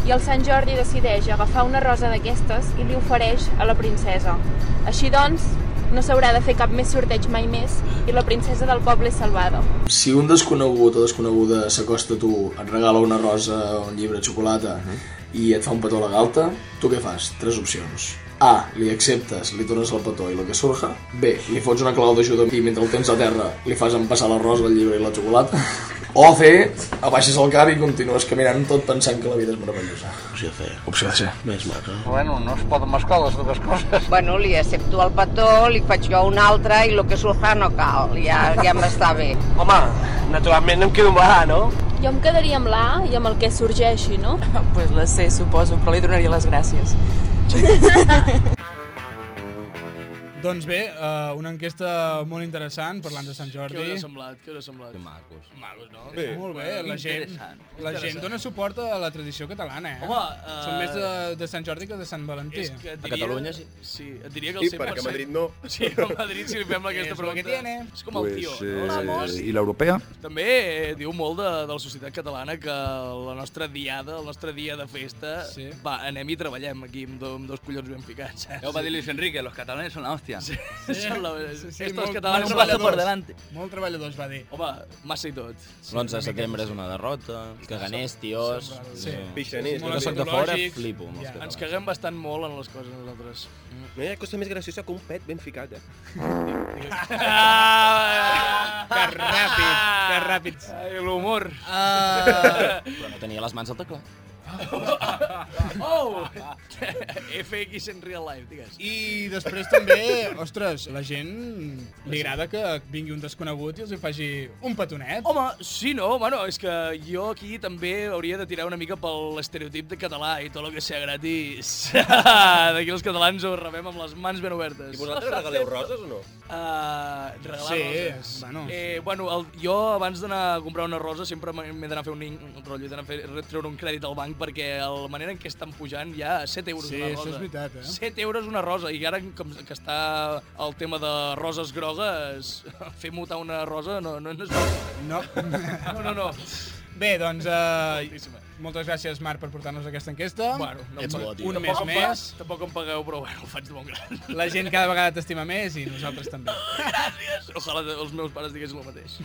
Speaker 16: i el Sant Jordi decideix agafar una rosa d'aquestes i li ofereix a la princesa. Així doncs, no s'haurà de fer cap més sorteig mai més i la princesa del poble és salvada.
Speaker 10: Si un desconegut o desconeguda s'acosta a tu, et regala una rosa, un llibre de xocolata mm -hmm. i et fa un petó a la galta, tu què fas? Tres opcions. A. Li acceptes, li tornes el petó i lo que surja. B. Li fots una clau d'ajuda i mentre el tens a terra li fas empassar la rosa, el llibre i la xocolata. O C. Abaixes el cap i continues caminant tot pensant que la vida és meravellosa. Opció C. Opció C. Més eh? maca.
Speaker 14: Bueno, no es poden mesclar les dues coses.
Speaker 12: Bueno, li accepto el petó, li faig jo un altre i lo que surja no cal, ja, ja m'està bé.
Speaker 13: Home, naturalment em quedo amb la A, no?
Speaker 16: Jo em quedaria amb l'A i amb el que sorgeixi, no?
Speaker 15: pues la C, suposo, però li donaria les gràcies.
Speaker 1: Doncs bé, uh, una enquesta molt interessant, parlant de Sant Jordi.
Speaker 5: Què us ha semblat? Què us ha semblat? Que
Speaker 2: macos.
Speaker 5: Macos, no?
Speaker 1: Bé, molt bé, la gent,
Speaker 5: Interessant.
Speaker 1: la gent
Speaker 5: Interessant.
Speaker 1: dona suport a la tradició catalana, eh?
Speaker 5: Home, eh,
Speaker 1: Són més de, de Sant Jordi que de Sant Valentí.
Speaker 5: És que et diria, Sí, et diria que
Speaker 1: I
Speaker 5: el 100%.
Speaker 1: perquè a Madrid
Speaker 11: no.
Speaker 5: Sí, a Madrid si li fem aquesta
Speaker 1: És lo
Speaker 5: pregunta.
Speaker 1: que tiene.
Speaker 5: És com el tio, no?
Speaker 17: Pues, eh, I l'europea?
Speaker 5: També eh, diu molt de, de la societat catalana que la nostra diada, el nostre dia de festa, sí. va, anem i treballem aquí amb, do, amb dos collons ben ficats.
Speaker 7: Ja ho va dir Luis Enrique, los catalanes son la hòstia. Sí.
Speaker 5: Són la, sí, sí, estos
Speaker 1: molt-
Speaker 5: catalans
Speaker 1: molt
Speaker 5: van a
Speaker 1: treballadors.
Speaker 5: per davant.
Speaker 1: Molt treballadors, va dir.
Speaker 5: Home, massa i tot.
Speaker 2: L'11 de setembre és una derrota, caganers, tios...
Speaker 5: Sí.
Speaker 2: Jo soc de fora, flipo amb els
Speaker 5: Ja. Ens
Speaker 2: catalans.
Speaker 5: caguem bastant molt en les coses nosaltres.
Speaker 3: No hi ha cosa més graciosa que un pet ben ficat, eh?
Speaker 1: Que ràpid, que ràpid.
Speaker 5: Ah. L'humor.
Speaker 2: Ah. Però no tenia les mans al teclat.
Speaker 5: Oh! FX in real life, digues.
Speaker 1: I després també, ostres, la gent li agrada que vingui un desconegut i els hi faci un petonet.
Speaker 5: Home, sí, no, bueno, és que jo aquí també hauria de tirar una mica pel estereotip de català i tot el que sea gratis. D'aquí els catalans ho rebem amb les mans ben obertes.
Speaker 3: I vosaltres regaleu roses o no?
Speaker 5: Uh, regalar
Speaker 1: Sí,
Speaker 5: roses.
Speaker 1: bueno.
Speaker 5: Eh, bueno el, jo abans d'anar a comprar una rosa sempre m'he m'he d'anar a fer un, in- un rotllo, he d'anar a fer- treure un crèdit al banc perquè la manera en què estan pujant ja 7 euros
Speaker 1: Sí,
Speaker 5: una
Speaker 1: això
Speaker 5: rosa.
Speaker 1: és veritat, eh?
Speaker 5: 7 euros una rosa i ara com que està el tema de roses grogues, fer mutar una rosa no, no, no és...
Speaker 1: No.
Speaker 5: no, no, no.
Speaker 1: Bé, doncs, uh, moltes gràcies, Marc, per portar-nos aquesta enquesta.
Speaker 5: Bueno, no,
Speaker 1: Ets
Speaker 5: em-
Speaker 1: bo, tio. un
Speaker 5: tampoc
Speaker 1: mes
Speaker 5: em pa-
Speaker 1: més.
Speaker 5: Tampoc em pagueu, però bueno, ho faig de bon gran.
Speaker 1: La gent cada vegada t'estima més i nosaltres també.
Speaker 5: Ojalà els meus pares diguessin el mateix.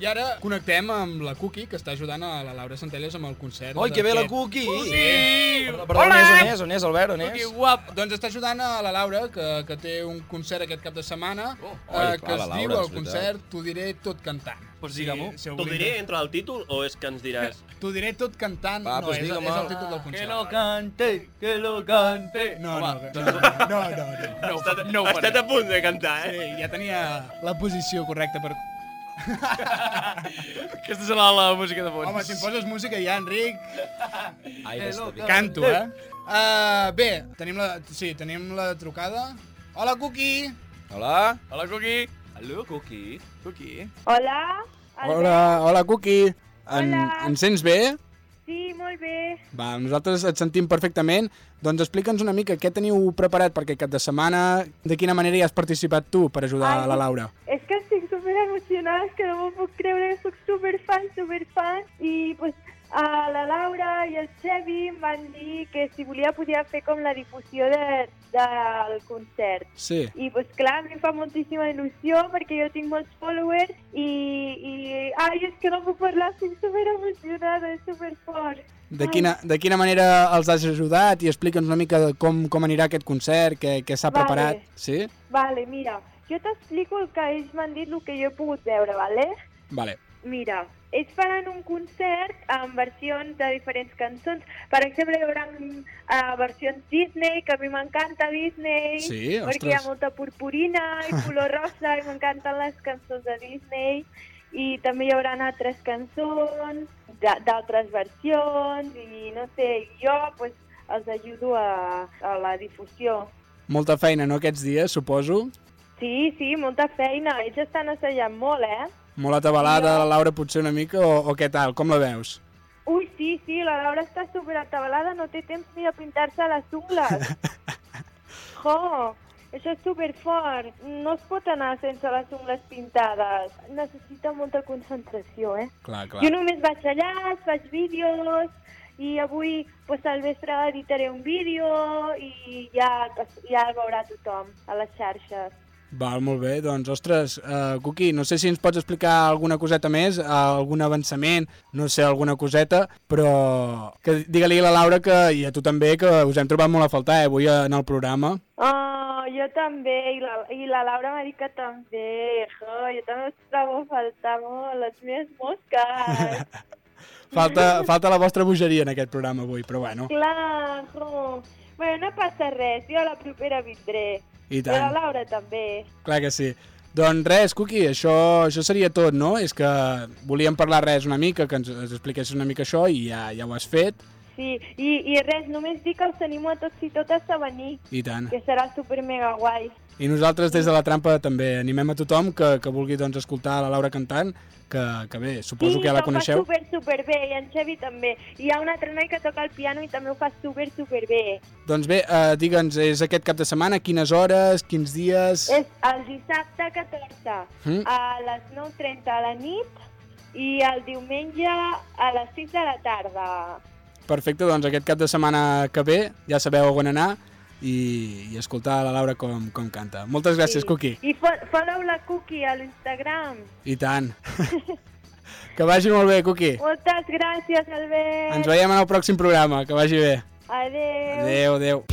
Speaker 1: I ara connectem amb la Cookie, que està ajudant a la Laura Centelles amb el concert.
Speaker 2: Oi,
Speaker 1: de
Speaker 2: que bé la
Speaker 1: Ket.
Speaker 2: Cooki!
Speaker 1: Cookie!
Speaker 2: Perdó, on és, on és, on és, Albert, on és?
Speaker 1: guap! Doncs està ajudant a la Laura, que, que té un concert aquest cap de setmana, oh,
Speaker 2: Oi,
Speaker 1: que
Speaker 2: clar,
Speaker 1: es
Speaker 2: la Laura,
Speaker 1: diu
Speaker 2: és
Speaker 1: el
Speaker 2: veritat.
Speaker 1: concert T'ho diré tot cantant.
Speaker 5: Pues
Speaker 1: Sí,
Speaker 5: digue-m'ho.
Speaker 1: si ho
Speaker 3: T'ho
Speaker 1: brinda.
Speaker 3: diré entre el títol o és que ens diràs...
Speaker 1: T'ho diré tot cantant,
Speaker 3: Va,
Speaker 1: no,
Speaker 3: pues
Speaker 1: és,
Speaker 3: digue-me'l.
Speaker 1: és el títol del
Speaker 7: Que
Speaker 1: concert.
Speaker 7: lo cante, que lo cante.
Speaker 1: No, no, no, no, no, no.
Speaker 5: no, no, no,
Speaker 3: Has estat a punt de cantar, eh?
Speaker 1: Sí, ja tenia la posició correcta per...
Speaker 5: Aquesta serà la música de fons.
Speaker 1: Home, si em poses música ja, Enric,
Speaker 2: Ai,
Speaker 1: Hello,
Speaker 2: destre-
Speaker 1: canto, eh? Uh, bé, tenim la, sí, tenim la trucada. Hola, Cuqui!
Speaker 2: Hola?
Speaker 5: Hola, Cookie!
Speaker 7: Hello, Cookie.
Speaker 5: Cookie.
Speaker 18: Hola.
Speaker 1: Hola, hola, Cuqui! En, ens sents bé?
Speaker 17: Sí, molt bé.
Speaker 1: Va, nosaltres et sentim perfectament. Doncs explica'ns una mica què teniu preparat per aquest cap de setmana, de quina manera hi has participat tu per ajudar Ai. la Laura.
Speaker 17: És que estic super emocionada, és que no m'ho puc creure, soc superfan, superfan. I pues, a la Laura i el Xevi em van dir que si volia podia fer com la difusió de, del concert.
Speaker 1: Sí.
Speaker 17: I pues, clar, a mi em fa moltíssima il·lusió perquè jo tinc molts followers i, i... Ai, és que no puc parlar, estic super emocionada, és superfort.
Speaker 1: De quina, de quina manera els has ajudat i explica'ns una mica de com, com anirà aquest concert, què, què s'ha
Speaker 17: Vale.
Speaker 1: preparat. Sí?
Speaker 17: Vale, mira, jo t'explico el que ells m'han dit, el que jo he pogut veure, vale?
Speaker 1: Vale.
Speaker 17: Mira, ells faran un concert amb versions de diferents cançons. Per exemple, hi haurà uh, versions Disney, que a mi m'encanta Disney,
Speaker 18: Sí,
Speaker 17: perquè hi ha
Speaker 18: ostres.
Speaker 17: molta purpurina i color rosa, i m'encanten les cançons de Disney. I també hi haurà altres cançons, d'a- d'altres versions, i no sé, jo pues, els ajudo a, a la difusió.
Speaker 1: Molta feina, no, aquests dies, suposo?
Speaker 17: Sí, sí, molta feina. Ells estan assajant molt, eh?
Speaker 1: Molt atabalada la Laura potser una mica, o, o què tal? Com la veus?
Speaker 17: Ui, sí, sí, la Laura està superatabalada, no té temps ni de pintar-se les ungles. jo, això és superfort. No es pot anar sense les ungles pintades. Necessita molta concentració, eh?
Speaker 1: Clar,
Speaker 17: Jo només vaig allà, faig vídeos, i avui pues, al vespre editaré un vídeo i ja, ja el veurà tothom a les xarxes.
Speaker 1: Val, molt bé. Doncs, ostres, uh, Cuqui, no sé si ens pots explicar alguna coseta més, eh, algun avançament, no sé, alguna coseta, però que digue-li a la Laura que, i a tu també, que us hem trobat molt a faltar, eh, avui en el programa.
Speaker 17: Oh, jo també, i la, i la Laura m'ha dit que també. Jo, jo també us trobo a faltar molt les meves mosques.
Speaker 1: Falta, falta la vostra bogeria en aquest programa avui, però bueno,
Speaker 17: Clar, jo. Bueno, no passa res, jo la propera vindré.
Speaker 1: I
Speaker 17: I la
Speaker 1: tant.
Speaker 17: Laura també.
Speaker 1: clar que sí. Doncs res, Cuqui, això, això seria tot, no? És que volíem parlar res una mica, que ens, ens expliquessis una mica això i ja, ja ho has fet,
Speaker 17: Sí, i, i res, només dic que els animo a tots i totes a venir,
Speaker 1: i tant.
Speaker 17: que serà super mega guai.
Speaker 1: I nosaltres des de la trampa també animem a tothom que, que vulgui doncs, escoltar la Laura cantant, que, que bé, suposo
Speaker 17: sí,
Speaker 1: que ja la
Speaker 17: que ho
Speaker 1: coneixeu.
Speaker 17: fa super, super bé, i en Xevi també. I hi ha un altre noi que toca el piano i també ho fa super, super bé.
Speaker 1: Doncs bé, eh, digue'ns, és aquest cap de setmana, quines hores, quins dies...
Speaker 17: És el dissabte 14
Speaker 1: Mm.
Speaker 17: a les 9.30 de la nit i el diumenge a les 6 de la tarda.
Speaker 1: Perfecte, doncs aquest cap de setmana que ve ja sabeu on anar i, i escoltar la Laura com, com canta. Moltes gràcies, sí. Cuqui.
Speaker 17: I fo- follow la Cookie a l'Instagram.
Speaker 1: I tant. que vagi molt bé, Cuqui.
Speaker 17: Moltes gràcies, Albert.
Speaker 1: Ens veiem en el pròxim programa, que vagi bé.
Speaker 17: Adéu.
Speaker 1: Adéu, adéu.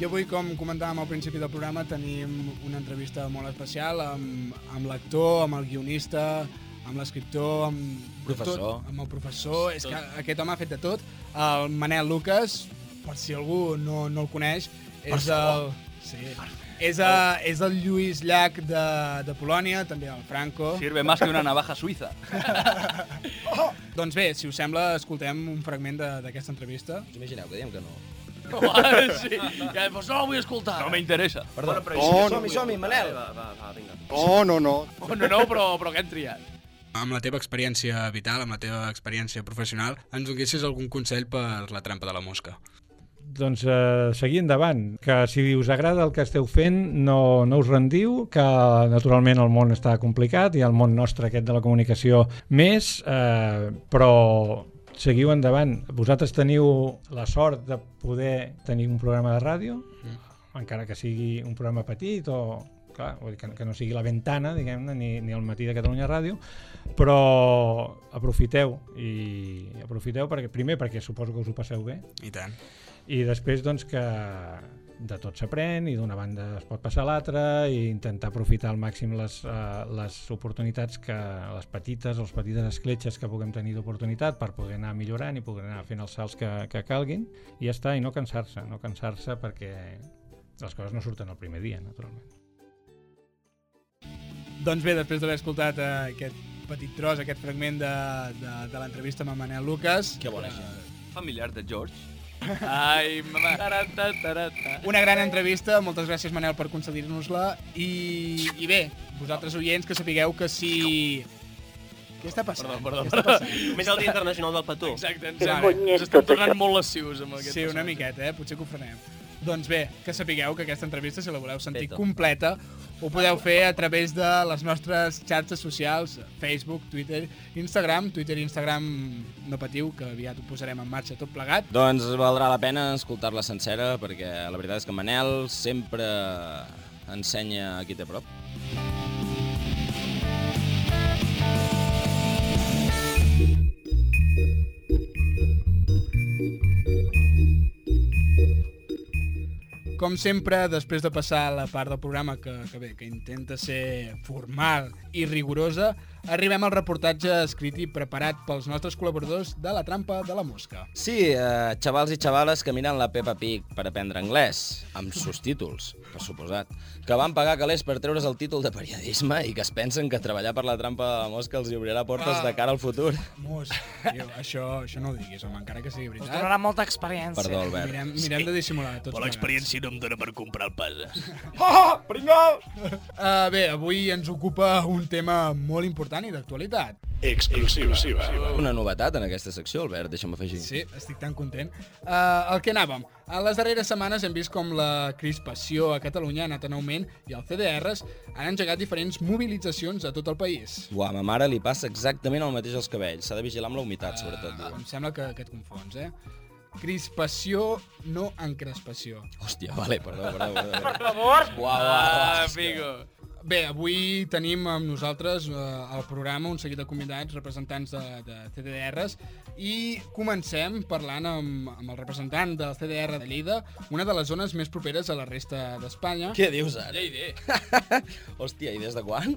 Speaker 1: I avui, com comentàvem al principi del programa, tenim una entrevista molt especial amb, amb l'actor, amb el guionista, amb l'escriptor, amb... de
Speaker 2: Professor.
Speaker 1: Tot, amb el professor. És que aquest home ha fet de tot. El Manel Lucas, per si algú no, no el coneix, és el... Sí. És, a, és el Lluís Llach de, de Polònia, també el Franco.
Speaker 7: Sirve más que una navaja suiza.
Speaker 1: Doncs bé, si us sembla, escoltem un fragment de- d'aquesta entrevista. Us
Speaker 2: imagineu que diem que no?
Speaker 5: Vale, sí. Ja, doncs no la vull escoltar. No m'interessa.
Speaker 2: Perdó.
Speaker 5: Bueno,
Speaker 2: Oh,
Speaker 5: però som-hi,
Speaker 2: no.
Speaker 5: som-hi, som-hi, Manel.
Speaker 3: Va, va, va, vinga.
Speaker 1: Oh, no, no.
Speaker 5: Oh, no, no, però, però que hem triat.
Speaker 1: Amb la teva experiència vital, amb la teva experiència professional, ens donessis algun consell per la trampa de la mosca.
Speaker 19: Doncs eh, seguir endavant, que si us agrada el que esteu fent no, no us rendiu, que naturalment el món està complicat i el món nostre aquest de la comunicació més, eh, però seguiu endavant. Vosaltres teniu la sort de poder tenir un programa de ràdio, encara que sigui un programa petit o clar, vull dir que, que no sigui la ventana, diguem-ne, ni, ni el matí de Catalunya Ràdio, però aprofiteu i aprofiteu perquè primer perquè suposo que us ho passeu bé.
Speaker 1: I tant.
Speaker 19: I després doncs que de tot s'aprèn i d'una banda es pot passar a l'altra i intentar aprofitar al màxim les, uh, les oportunitats que les petites, les petites escletxes que puguem tenir d'oportunitat per poder anar millorant i poder anar fent els salts que, que calguin i ja està, i no cansar-se, no cansar-se perquè les coses no surten el primer dia, naturalment.
Speaker 1: Doncs bé, després d'haver escoltat eh, aquest petit tros, aquest fragment de, de, de l'entrevista amb en Manel Lucas... Que bona gent.
Speaker 7: Familiar de George.
Speaker 5: Ai, mama. Tarata, tarata.
Speaker 1: Una gran entrevista, moltes gràcies Manel per concedir-nos-la i, i bé, vosaltres oients que sapigueu que si... Què està passant?
Speaker 5: Perdó,
Speaker 1: Què està
Speaker 5: perdó.
Speaker 1: passant?
Speaker 3: Més el Dia Internacional del Petó.
Speaker 5: Exacte, ens,
Speaker 1: Exacte.
Speaker 5: ara, ens estem tornant molt lascius amb aquest
Speaker 1: Sí, una
Speaker 5: personatge.
Speaker 1: miqueta, eh? Potser que ho frenem. Doncs bé, que sapigueu que aquesta entrevista, si la voleu sentir
Speaker 5: Peto.
Speaker 1: completa, ho podeu fer a través de les nostres xarxes socials, Facebook, Twitter, Instagram. Twitter i Instagram, no patiu, que aviat ho posarem en marxa tot plegat.
Speaker 2: Doncs valdrà la pena escoltar-la sencera, perquè la veritat és que Manel sempre ensenya a qui té a prop.
Speaker 1: Com sempre, després de passar la part del programa que, que bé, que intenta ser formal i rigorosa, arribem al reportatge escrit i preparat pels nostres col·laboradors de La Trampa de la Mosca.
Speaker 2: Sí, eh, xavals i xavales que miren la Peppa Pig per aprendre anglès, amb subtítols, per suposat, que van pagar calés per treure's el títol de periodisme i que es pensen que treballar per la trampa de la mosca els hi obrirà portes de cara al futur.
Speaker 1: Mos, tio, això, això no ho diguis, home, encara que sigui veritat.
Speaker 5: Us donarà
Speaker 1: molta experiència.
Speaker 2: Perdó, Albert.
Speaker 1: Mirem, mirem de dissimular tots
Speaker 5: Però l'experiència no em dóna per comprar el pas.
Speaker 1: Ah, pringals! Uh, bé, avui ens ocupa un tema molt important i d'actualitat.
Speaker 2: Exclusiva. Una novetat en aquesta secció, Albert, deixa'm afegir.
Speaker 1: Sí, estic tan content. Uh, el que anàvem. A les darreres setmanes hem vist com la crispació a Catalunya ha anat en augment i els CDRs han engegat diferents mobilitzacions a tot el país.
Speaker 2: Uau, a ma mare li passa exactament el mateix als cabells. S'ha de vigilar amb la humitat, sobretot.
Speaker 1: Ah,
Speaker 2: diuen.
Speaker 1: em sembla que, que et confons, eh? Crispació, no encrespació.
Speaker 2: Hòstia, vale, perdó, perdó. perdó.
Speaker 1: Per favor! Ah,
Speaker 2: Uau,
Speaker 5: Ah,
Speaker 2: uau,
Speaker 5: Figo.
Speaker 1: Bé, avui tenim amb nosaltres eh, al programa un seguit de convidats, representants de, de CDRs, i comencem parlant amb, amb el representant del CDR de Lleida, una de les zones més properes a la resta d'Espanya.
Speaker 2: Què dius ara?
Speaker 5: Lleida.
Speaker 2: Hòstia, i des de quan?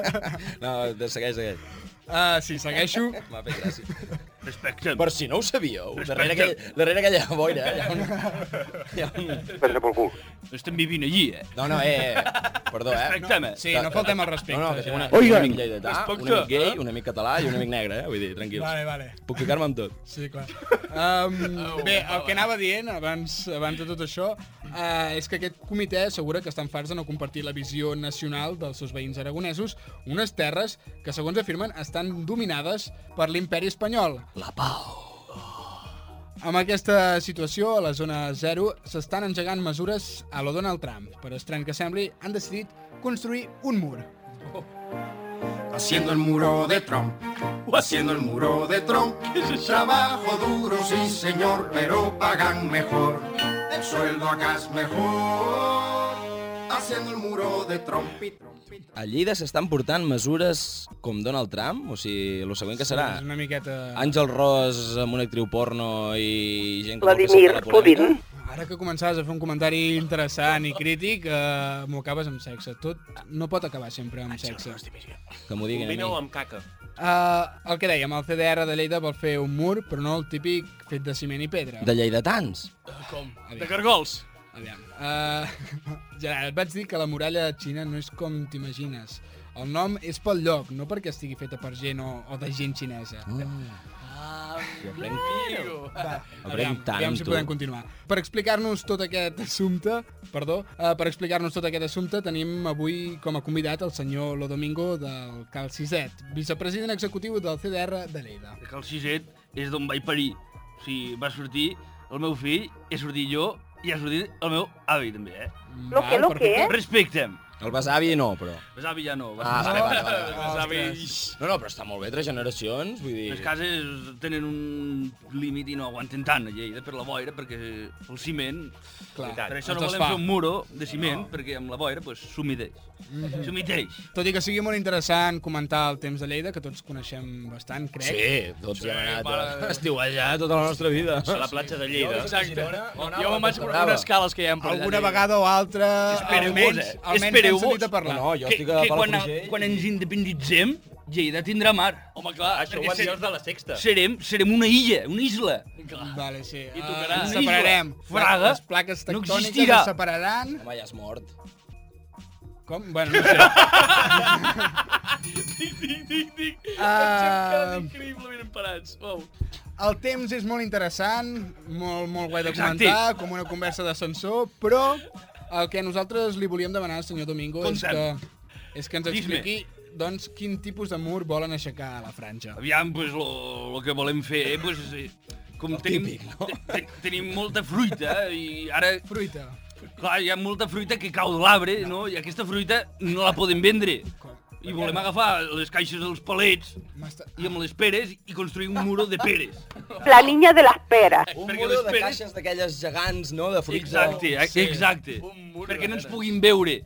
Speaker 2: no, de- segueix, segueix.
Speaker 1: Ah, sí, segueixo.
Speaker 2: M'ha fet gràcia.
Speaker 5: Respecte.
Speaker 2: Per si no ho sabíeu, darrere, aquell,
Speaker 5: Respecta'm.
Speaker 2: darrere aquella boira eh? hi ha un... Hi ha un...
Speaker 5: Pensa pel cul. No estem vivint allí, eh?
Speaker 2: No, no, eh, eh, perdó, eh.
Speaker 5: Respecta'm, eh?
Speaker 1: Sí, no faltem al respecte.
Speaker 2: No, no, que tinc una,
Speaker 1: Oigan.
Speaker 2: un amic lleidatà, un
Speaker 1: Respecte,
Speaker 2: amic gay, un amic català i un amic negre, eh? Vull dir, tranquils.
Speaker 1: Vale, vale.
Speaker 2: Puc ficar-me amb tot.
Speaker 1: Sí, clar. Um, bé, el que anava dient abans, abans de tot això uh, és que aquest comitè assegura que estan farts de no compartir la visió nacional dels seus veïns aragonesos, unes terres que, segons afirmen, estan dominades per l'imperi espanyol.
Speaker 2: La pau.
Speaker 1: Amb aquesta situació, a la zona 0 s'estan engegant mesures a lo Donald Trump. Per estrany que sembli, han decidit construir un mur.
Speaker 18: Haciendo el muro de Trump, haciendo el muro de Trump. Trabajo duro, sí señor, pero pagan mejor. El sueldo acá es mejor. Haciendo el muro de Trump.
Speaker 2: A Lleida s'estan portant mesures com Donald Trump? O sigui, el següent que serà?
Speaker 1: És una miqueta...
Speaker 2: Àngel Ros amb una actriu porno i gent que
Speaker 1: Vladimir
Speaker 2: vol que s'acabi la polèmica?
Speaker 1: Ara que començaves a fer un comentari interessant i crític, eh, m'ho acabes amb sexe. Tot no pot acabar sempre amb sexe.
Speaker 2: Que m'ho diguin a
Speaker 3: Combina-ho
Speaker 2: mi.
Speaker 3: amb caca.
Speaker 1: Uh, el que dèiem, el CDR de Lleida vol fer un mur, però no el típic fet de ciment i pedra.
Speaker 2: De lleidatans?
Speaker 5: Com? De cargols?
Speaker 1: Aviam. Uh, Gerard, et vaig dir que la muralla de Xina no és com t'imagines. El nom és pel lloc, no perquè estigui feta per gent o, o de gent xinesa.
Speaker 5: Ah,
Speaker 2: aprenc-
Speaker 5: amigo.
Speaker 2: Aprenc tant,
Speaker 1: Aviam si
Speaker 2: tu.
Speaker 1: podem continuar. Per explicar-nos tot aquest assumpte, perdó, eh, per explicar-nos tot aquest assumpte tenim avui com a convidat el senyor Lo Domingo del Cal Ciset, vicepresident executiu del CDR de Lleida.
Speaker 7: Que el siset és d'on vaig parir. O sigui, va sortir el meu fill, he sortit jo i ha sortit el meu avi, també, eh?
Speaker 2: Lo que, lo que? eh?
Speaker 7: Respecta'm.
Speaker 2: El besavi no, però.
Speaker 7: Pues avi ja no.
Speaker 2: Ah, vale, vale, vale.
Speaker 7: Els avis...
Speaker 2: Ostres. No, no, però està molt bé, tres generacions, vull dir...
Speaker 7: Les cases tenen un límit i no aguanten tant a Lleida per la boira, perquè el ciment...
Speaker 1: Clar,
Speaker 7: per això
Speaker 1: es
Speaker 7: no volem
Speaker 1: desfà.
Speaker 7: fer un muro de ciment, perquè amb la boira pues, s'humideix.
Speaker 1: Mhm.
Speaker 7: S'humideix.
Speaker 1: Tot i que sigui molt interessant comentar el temps de Lleida, que tots coneixem bastant, crec.
Speaker 2: Sí, tots hi hem anat a
Speaker 1: mare.
Speaker 2: estiuejar tota la nostra vida.
Speaker 1: A la platja de Lleida.
Speaker 5: Exacte.
Speaker 1: No, no,
Speaker 5: jo me'n vaig
Speaker 2: Costa
Speaker 5: comprar
Speaker 2: Brava.
Speaker 5: unes cales que hi ha per allà.
Speaker 7: eh,
Speaker 1: Alguna vegada o altra, almenys, almenys n'hem sentit a parlar.
Speaker 7: que quan, quan ens independitzem, Lleida tindrà mar.
Speaker 5: Home, clar,
Speaker 3: Això ho
Speaker 7: perquè
Speaker 3: van dir
Speaker 7: ser-
Speaker 3: els de la sexta.
Speaker 7: Serem, serem una illa, una isla.
Speaker 1: Vale, sí. Ah, I
Speaker 7: tocarà.
Speaker 1: Ens separarem.
Speaker 7: Fraga.
Speaker 1: Les plaques
Speaker 7: No
Speaker 1: tectòniques
Speaker 7: existirà.
Speaker 1: es separaran.
Speaker 2: Home, ja és mort.
Speaker 1: Com? Bueno, no sé.
Speaker 5: Tic, tic, tic, tic.
Speaker 1: Ah.
Speaker 5: Uh... Increïble, ben emparats. Uau.
Speaker 1: El temps és molt interessant, molt, molt guai de
Speaker 5: Exacte.
Speaker 1: comentar, com una conversa d'ascensor, però el que nosaltres li volíem demanar al senyor Domingo és que,
Speaker 5: Compta'm.
Speaker 1: és que ens
Speaker 5: Dis-me.
Speaker 1: expliqui doncs, quin tipus de mur volen aixecar a la franja.
Speaker 7: Aviam, pues, lo, lo que volem fer, eh, pues, eh, com tenim, no? te, tenim molta fruita i ara...
Speaker 1: Fruita.
Speaker 7: Clar, hi ha molta fruita que cau de l'arbre, no. no? I aquesta fruita no la podem vendre. I volem agafar les caixes dels palets i amb les peres i construir un muro de peres.
Speaker 8: La niña de las peras.
Speaker 2: Un muro de caixes d'aquelles gegants, no?, de fruita.
Speaker 7: Exacte, sí. exacte. Perquè no ens puguin veure,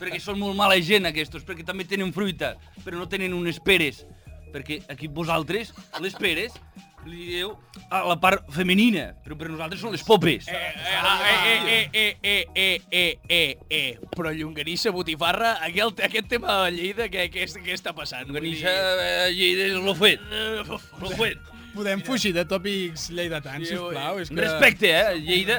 Speaker 7: perquè són molt mala gent aquests, perquè també tenen fruita, però no tenen unes peres, perquè aquí vosaltres, les peres, li dieu a la part femenina, però per nosaltres són les popes.
Speaker 5: Eh, eh, eh, eh, eh, eh, eh, eh. Però llonganissa, botifarra, aquí el, aquest tema de Lleida, què, què, és- què està passant? Llonganissa,
Speaker 7: eh, Lleida és l'ofet.
Speaker 5: eh, L'ofet.
Speaker 1: Podem fugir de tòpics lleidatans, sisplau. És que...
Speaker 7: Respecte, eh, Lleida,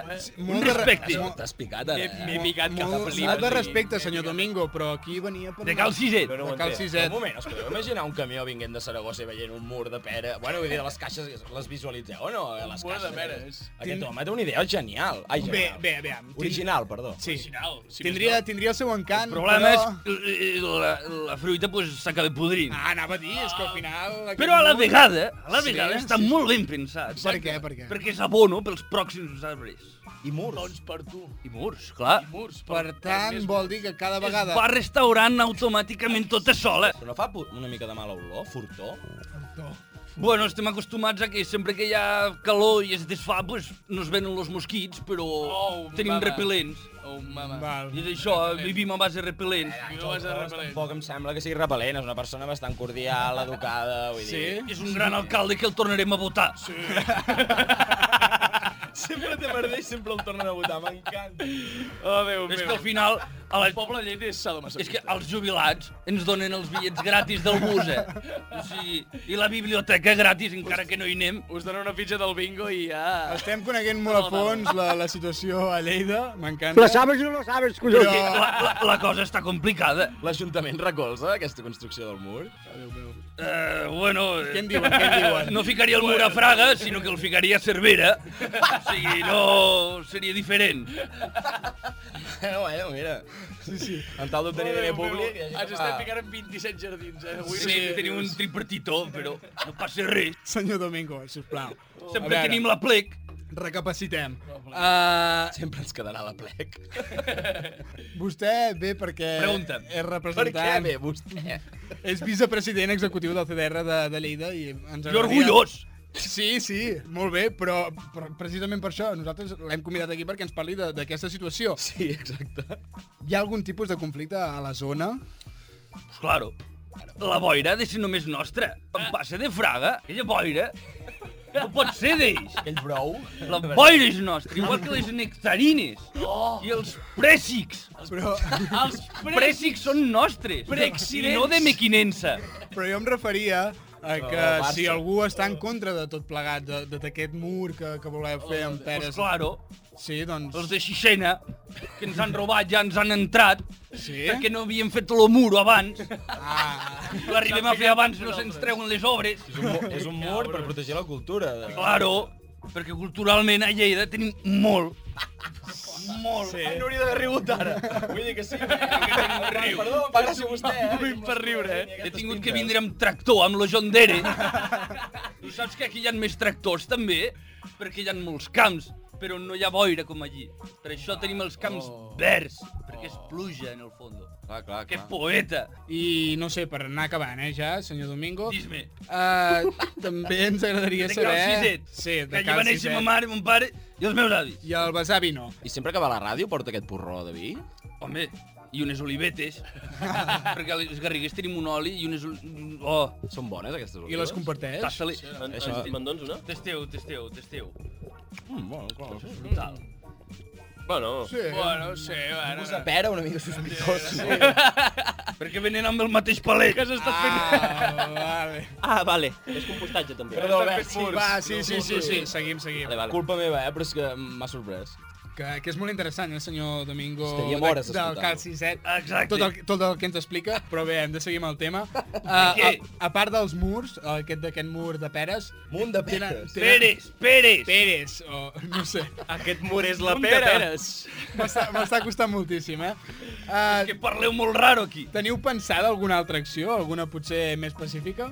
Speaker 1: de
Speaker 7: un
Speaker 1: re-
Speaker 7: respecte.
Speaker 1: molt-
Speaker 2: T'has picat,
Speaker 1: Eh,
Speaker 2: ara,
Speaker 1: eh,
Speaker 2: eh?
Speaker 1: molt- molt, molt de respecte, senyor Domingo, però aquí venia per...
Speaker 2: Jo ho
Speaker 1: de Cal
Speaker 2: entenc.
Speaker 1: Ciset.
Speaker 2: Un moment, us podeu imaginar un camió vinguent de Saragossa i veient un mur de pera? Bueno, vull dir, les caixes les visualitzeu o no? eh, Les
Speaker 5: mur
Speaker 2: caixes.
Speaker 5: de peres.
Speaker 2: Aquest home té una idea genial. Ai,
Speaker 1: Bé,
Speaker 2: genial.
Speaker 1: bé, aviam.
Speaker 2: Original, perdó.
Speaker 1: Sí.
Speaker 5: Original.
Speaker 1: Tindria, tindria el seu encant,
Speaker 7: El problema
Speaker 1: però...
Speaker 7: és que la, la fruita pues, s'acaba podrint.
Speaker 1: Ah, anava a dir, és que al final... aquest
Speaker 7: Però a la
Speaker 1: mur-
Speaker 7: vegada, a la
Speaker 1: Sí,
Speaker 7: vegada
Speaker 1: sí,
Speaker 7: està
Speaker 1: sí.
Speaker 7: molt ben pensat.
Speaker 1: Per què, per què?
Speaker 7: Perquè és abono pels pròxims arbres.
Speaker 2: I murs.
Speaker 5: Doncs per tu.
Speaker 7: I murs, clar. I
Speaker 5: murs,
Speaker 1: Per tant, vol dir que cada vegada...
Speaker 7: Va restaurant automàticament tota sola.
Speaker 2: Però no fa pu- una mica de mala olor, furtó?
Speaker 7: Bueno, estem acostumats a que sempre que hi ha calor i es desfà, pues, no es venen els mosquits, però oh, tenim
Speaker 5: mama.
Speaker 7: repel·lents.
Speaker 5: Oh, mama. Val.
Speaker 7: I d'això, eh, vivim a base de repel·lents.
Speaker 5: Vivim a base de repel·lents.
Speaker 2: Tampoc em sembla que sigui repel·lent, és una persona bastant cordial, educada, vull dir...
Speaker 7: És un gran alcalde que el tornarem a votar. Sí.
Speaker 2: Sempre té merder i sempre el tornen a votar, m'encanta.
Speaker 5: Oh, Déu
Speaker 7: És
Speaker 5: meu.
Speaker 7: que al final... A la...
Speaker 5: El poble de Lleida és
Speaker 7: És
Speaker 5: sadomasoquista.
Speaker 7: que els jubilats ens donen els bitllets gratis del bus, eh? O sigui, i la biblioteca gratis, encara que no hi anem.
Speaker 5: Us donen una fitxa del bingo i ja...
Speaker 1: Estem coneixent molt a fons la, la situació a Lleida, m'encanta.
Speaker 5: La sabes
Speaker 1: o no sabes,
Speaker 7: La, la, la cosa està complicada.
Speaker 2: L'Ajuntament recolza aquesta construcció del mur?
Speaker 1: Ah,
Speaker 7: Eh, bueno...
Speaker 1: Què en diuen, què en diuen?
Speaker 7: No ficaria el mur a Fraga, sinó que el ficaria a Cervera. O sigui, no... seria diferent.
Speaker 2: No, bueno, mira.
Speaker 1: Sí, sí.
Speaker 2: En tal d'obtenir diner públic... hi ha gent
Speaker 5: Oh, Ens
Speaker 2: que
Speaker 5: estem
Speaker 2: fa-
Speaker 5: ficant en 27 jardins, eh? Avui
Speaker 7: Sí, tenim un tripartitó, però no passa res.
Speaker 1: Senyor Domingo, sisplau.
Speaker 7: Sempre tenim la plec.
Speaker 1: Recapacitem. Eh,
Speaker 2: Uh... Sempre ens quedarà la plec.
Speaker 1: Vostè ve perquè
Speaker 2: Pregunta'm.
Speaker 1: és representant...
Speaker 2: Per què ve vostè?
Speaker 1: És vicepresident executiu del CDR de, de Lleida i ens
Speaker 7: I orgullós.
Speaker 1: Sí, sí, molt bé, però, però precisament per això nosaltres l'hem convidat aquí perquè ens parli de- d'aquesta situació.
Speaker 2: Sí, exacte.
Speaker 1: Hi ha algun tipus de conflicte a la zona?
Speaker 7: Pues claro, la boira ha de ser només nostra. Em passa de fraga, aquella boira. No pot ser d'ells.
Speaker 2: Aquell brou.
Speaker 7: La boira és nostra, igual que les nectarines. Oh. I els prèssics.
Speaker 1: Però...
Speaker 7: Els prèssics són nostres.
Speaker 1: Preexidents.
Speaker 7: I no de mequinença.
Speaker 1: Però jo em referia a que
Speaker 7: el Barça.
Speaker 1: si algú està en contra de tot plegat, de- de- d'aquest mur que, que voleu fer amb
Speaker 2: Doncs
Speaker 1: peres...
Speaker 7: Pues claro,
Speaker 1: Sí, doncs...
Speaker 7: els de Xixena, que ens han robat, ja ens han entrat,
Speaker 1: Sí?
Speaker 7: perquè no havien fet el muro abans. L'arribem a fer abans, no se'ns treuen les obres.
Speaker 2: Ah. És un, mu- és un mur per protegir la cultura. De...
Speaker 7: Claro, perquè culturalment a Lleida tenim molt, molt...
Speaker 2: Sí. No hauria d'haver rigut ara. Vull dir que sí. Perdó, em fa gràcia vostè, eh?
Speaker 5: per riure, eh?
Speaker 7: He tingut que vindre amb tractor, amb lo John Dere. I saps que aquí hi ha més tractors, també? Perquè hi ha molts camps, però no hi ha boira com allí. Per això tenim els camps verds, perquè és pluja, en el fons.
Speaker 2: Clar, clar,
Speaker 7: Que poeta!
Speaker 1: I no sé, per anar acabant, eh, ja, senyor Domingo.
Speaker 7: Dis-me.
Speaker 1: Uh, també ens agradaria
Speaker 7: De Cal
Speaker 1: saber...
Speaker 7: Ciset.
Speaker 1: Sí, de
Speaker 7: Que allí va
Speaker 1: Cal
Speaker 7: néixer
Speaker 1: Ciset.
Speaker 7: ma mare, mon pare i els meus avis.
Speaker 1: I el besavi no.
Speaker 2: I sempre que va a la ràdio porta aquest porró de vi?
Speaker 7: Home, i unes olivetes. perquè a les Garrigues tenim un oli i unes... ol- Oh,
Speaker 2: Són bones, aquestes
Speaker 1: I les comparteix?
Speaker 7: tasta-li.
Speaker 2: Això-
Speaker 3: Me'n dons una?
Speaker 7: Testeu, testeu, testeu.
Speaker 2: Mm, bueno, clar, sí.
Speaker 7: Brutal.
Speaker 3: Bueno,
Speaker 1: Sí.
Speaker 5: Bueno, sí, bueno.
Speaker 2: Gust de pera una mica sospitós. Sí.
Speaker 7: Perquè venen amb el mateix palet.
Speaker 5: Què s'està fent?
Speaker 1: Ah, vale.
Speaker 3: Ah, vale. És compostatge, també.
Speaker 2: Perdó, bé,
Speaker 5: Estan
Speaker 7: eh?
Speaker 5: fent
Speaker 2: sí,
Speaker 5: murs.
Speaker 2: va.
Speaker 1: Va, sí, sí, sí, sí, seguim, seguim.
Speaker 3: Vale, vale.
Speaker 2: Culpa meva, eh? Però és que m'ha sorprès.
Speaker 1: que, que és molt interessant, eh, senyor Domingo
Speaker 2: Estaríem
Speaker 1: de-
Speaker 2: hores
Speaker 1: del
Speaker 2: escoltant-lo.
Speaker 1: Cal 67,
Speaker 2: Exacte.
Speaker 1: tot el, tot el que ens explica, però bé, hem de seguir amb el tema. Uh, a, a part dels murs, aquest d'aquest mur de peres... Munt de
Speaker 20: peres.
Speaker 1: Peres, peres! Peres, o no sé.
Speaker 3: Aquest mur és la
Speaker 1: Munt de
Speaker 3: pera.
Speaker 1: peres. M'està m'està costant moltíssim, eh? Uh, és
Speaker 7: que parleu molt raro aquí.
Speaker 1: Teniu pensada alguna altra acció? Alguna potser més específica?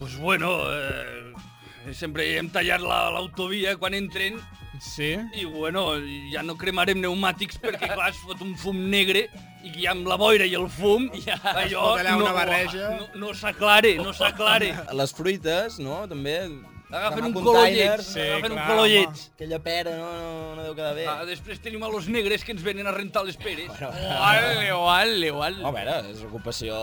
Speaker 7: Pues bueno, eh, sempre hem tallat la- l'autovia la, quan entren.
Speaker 1: Sí.
Speaker 7: I bueno, ja no cremarem pneumàtics perquè clar, es fot un fum negre i ja amb la boira i el fum ja,
Speaker 1: Es
Speaker 7: allò
Speaker 1: pot allà una barreja.
Speaker 7: no, no s'aclare, no s'aclare.
Speaker 2: Les fruites, no? També...
Speaker 7: Agafen
Speaker 2: Agafar
Speaker 7: un color lleig,
Speaker 2: containers,
Speaker 7: sí, agafen un color lleig.
Speaker 2: Aquella pera no, no, no deu quedar bé.
Speaker 7: Ah, després tenim a los negres que ens venen a rentar les peres.
Speaker 2: Vale,
Speaker 7: vale, vale.
Speaker 2: A veure, és ocupació...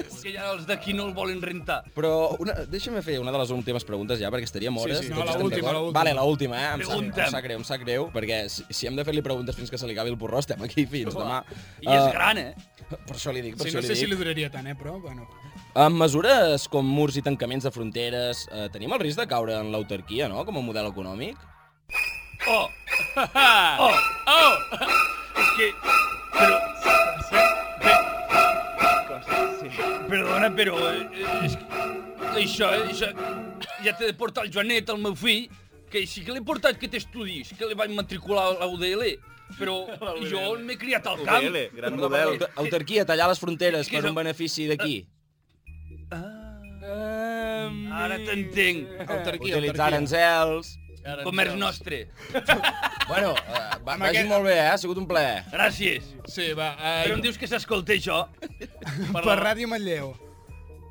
Speaker 7: És que ja els d'aquí no el volen rentar.
Speaker 2: Però una, deixa'm fer una de les últimes preguntes ja, perquè estaríem
Speaker 7: Sí,
Speaker 2: hores.
Speaker 7: sí.
Speaker 2: tots
Speaker 7: No, la
Speaker 2: estem
Speaker 7: última,
Speaker 2: d'acord.
Speaker 7: la última.
Speaker 2: Vale, l'última, eh? Em sap,
Speaker 7: Pregunta'm.
Speaker 2: em sap greu, em sap greu, perquè si, si hem de fer-li preguntes fins que se li acabi el porró, estem aquí fins demà.
Speaker 1: I és
Speaker 2: Eh,
Speaker 1: gran, eh?
Speaker 2: Per això li dic, per
Speaker 1: Sí,
Speaker 2: això
Speaker 1: no sé
Speaker 2: li
Speaker 1: si
Speaker 2: dic.
Speaker 1: li duraria tant, eh, però bueno.
Speaker 2: Amb mesures com murs i tancaments de fronteres, eh, tenim el risc de caure en l'autarquia, no?, com a model econòmic?
Speaker 7: Oh! oh! Oh! És que... Però... Sí. Perdona, però... eh, eh, És que... Això, eh, això... Ja t'he de portar el Joanet, el meu fill, que sí que l'he portat que t'estudis, que li vaig matricular a la UDL, però jo m'he criat al camp.
Speaker 2: UDL, Aut- Autarquia, tallar les fronteres per un benefici d'aquí.
Speaker 7: Ara t'entenc.
Speaker 2: Autarquia, Utilitzar aranzels...
Speaker 7: Comerç nostre.
Speaker 2: Bueno, eh, va,
Speaker 7: Amb
Speaker 2: vagi
Speaker 7: aquest-
Speaker 2: molt bé, eh? ha sigut un plaer.
Speaker 7: Gràcies.
Speaker 1: Sí, va.
Speaker 7: Però em dius que s'escolta això? Per,
Speaker 1: Per Ràdio Manlleu.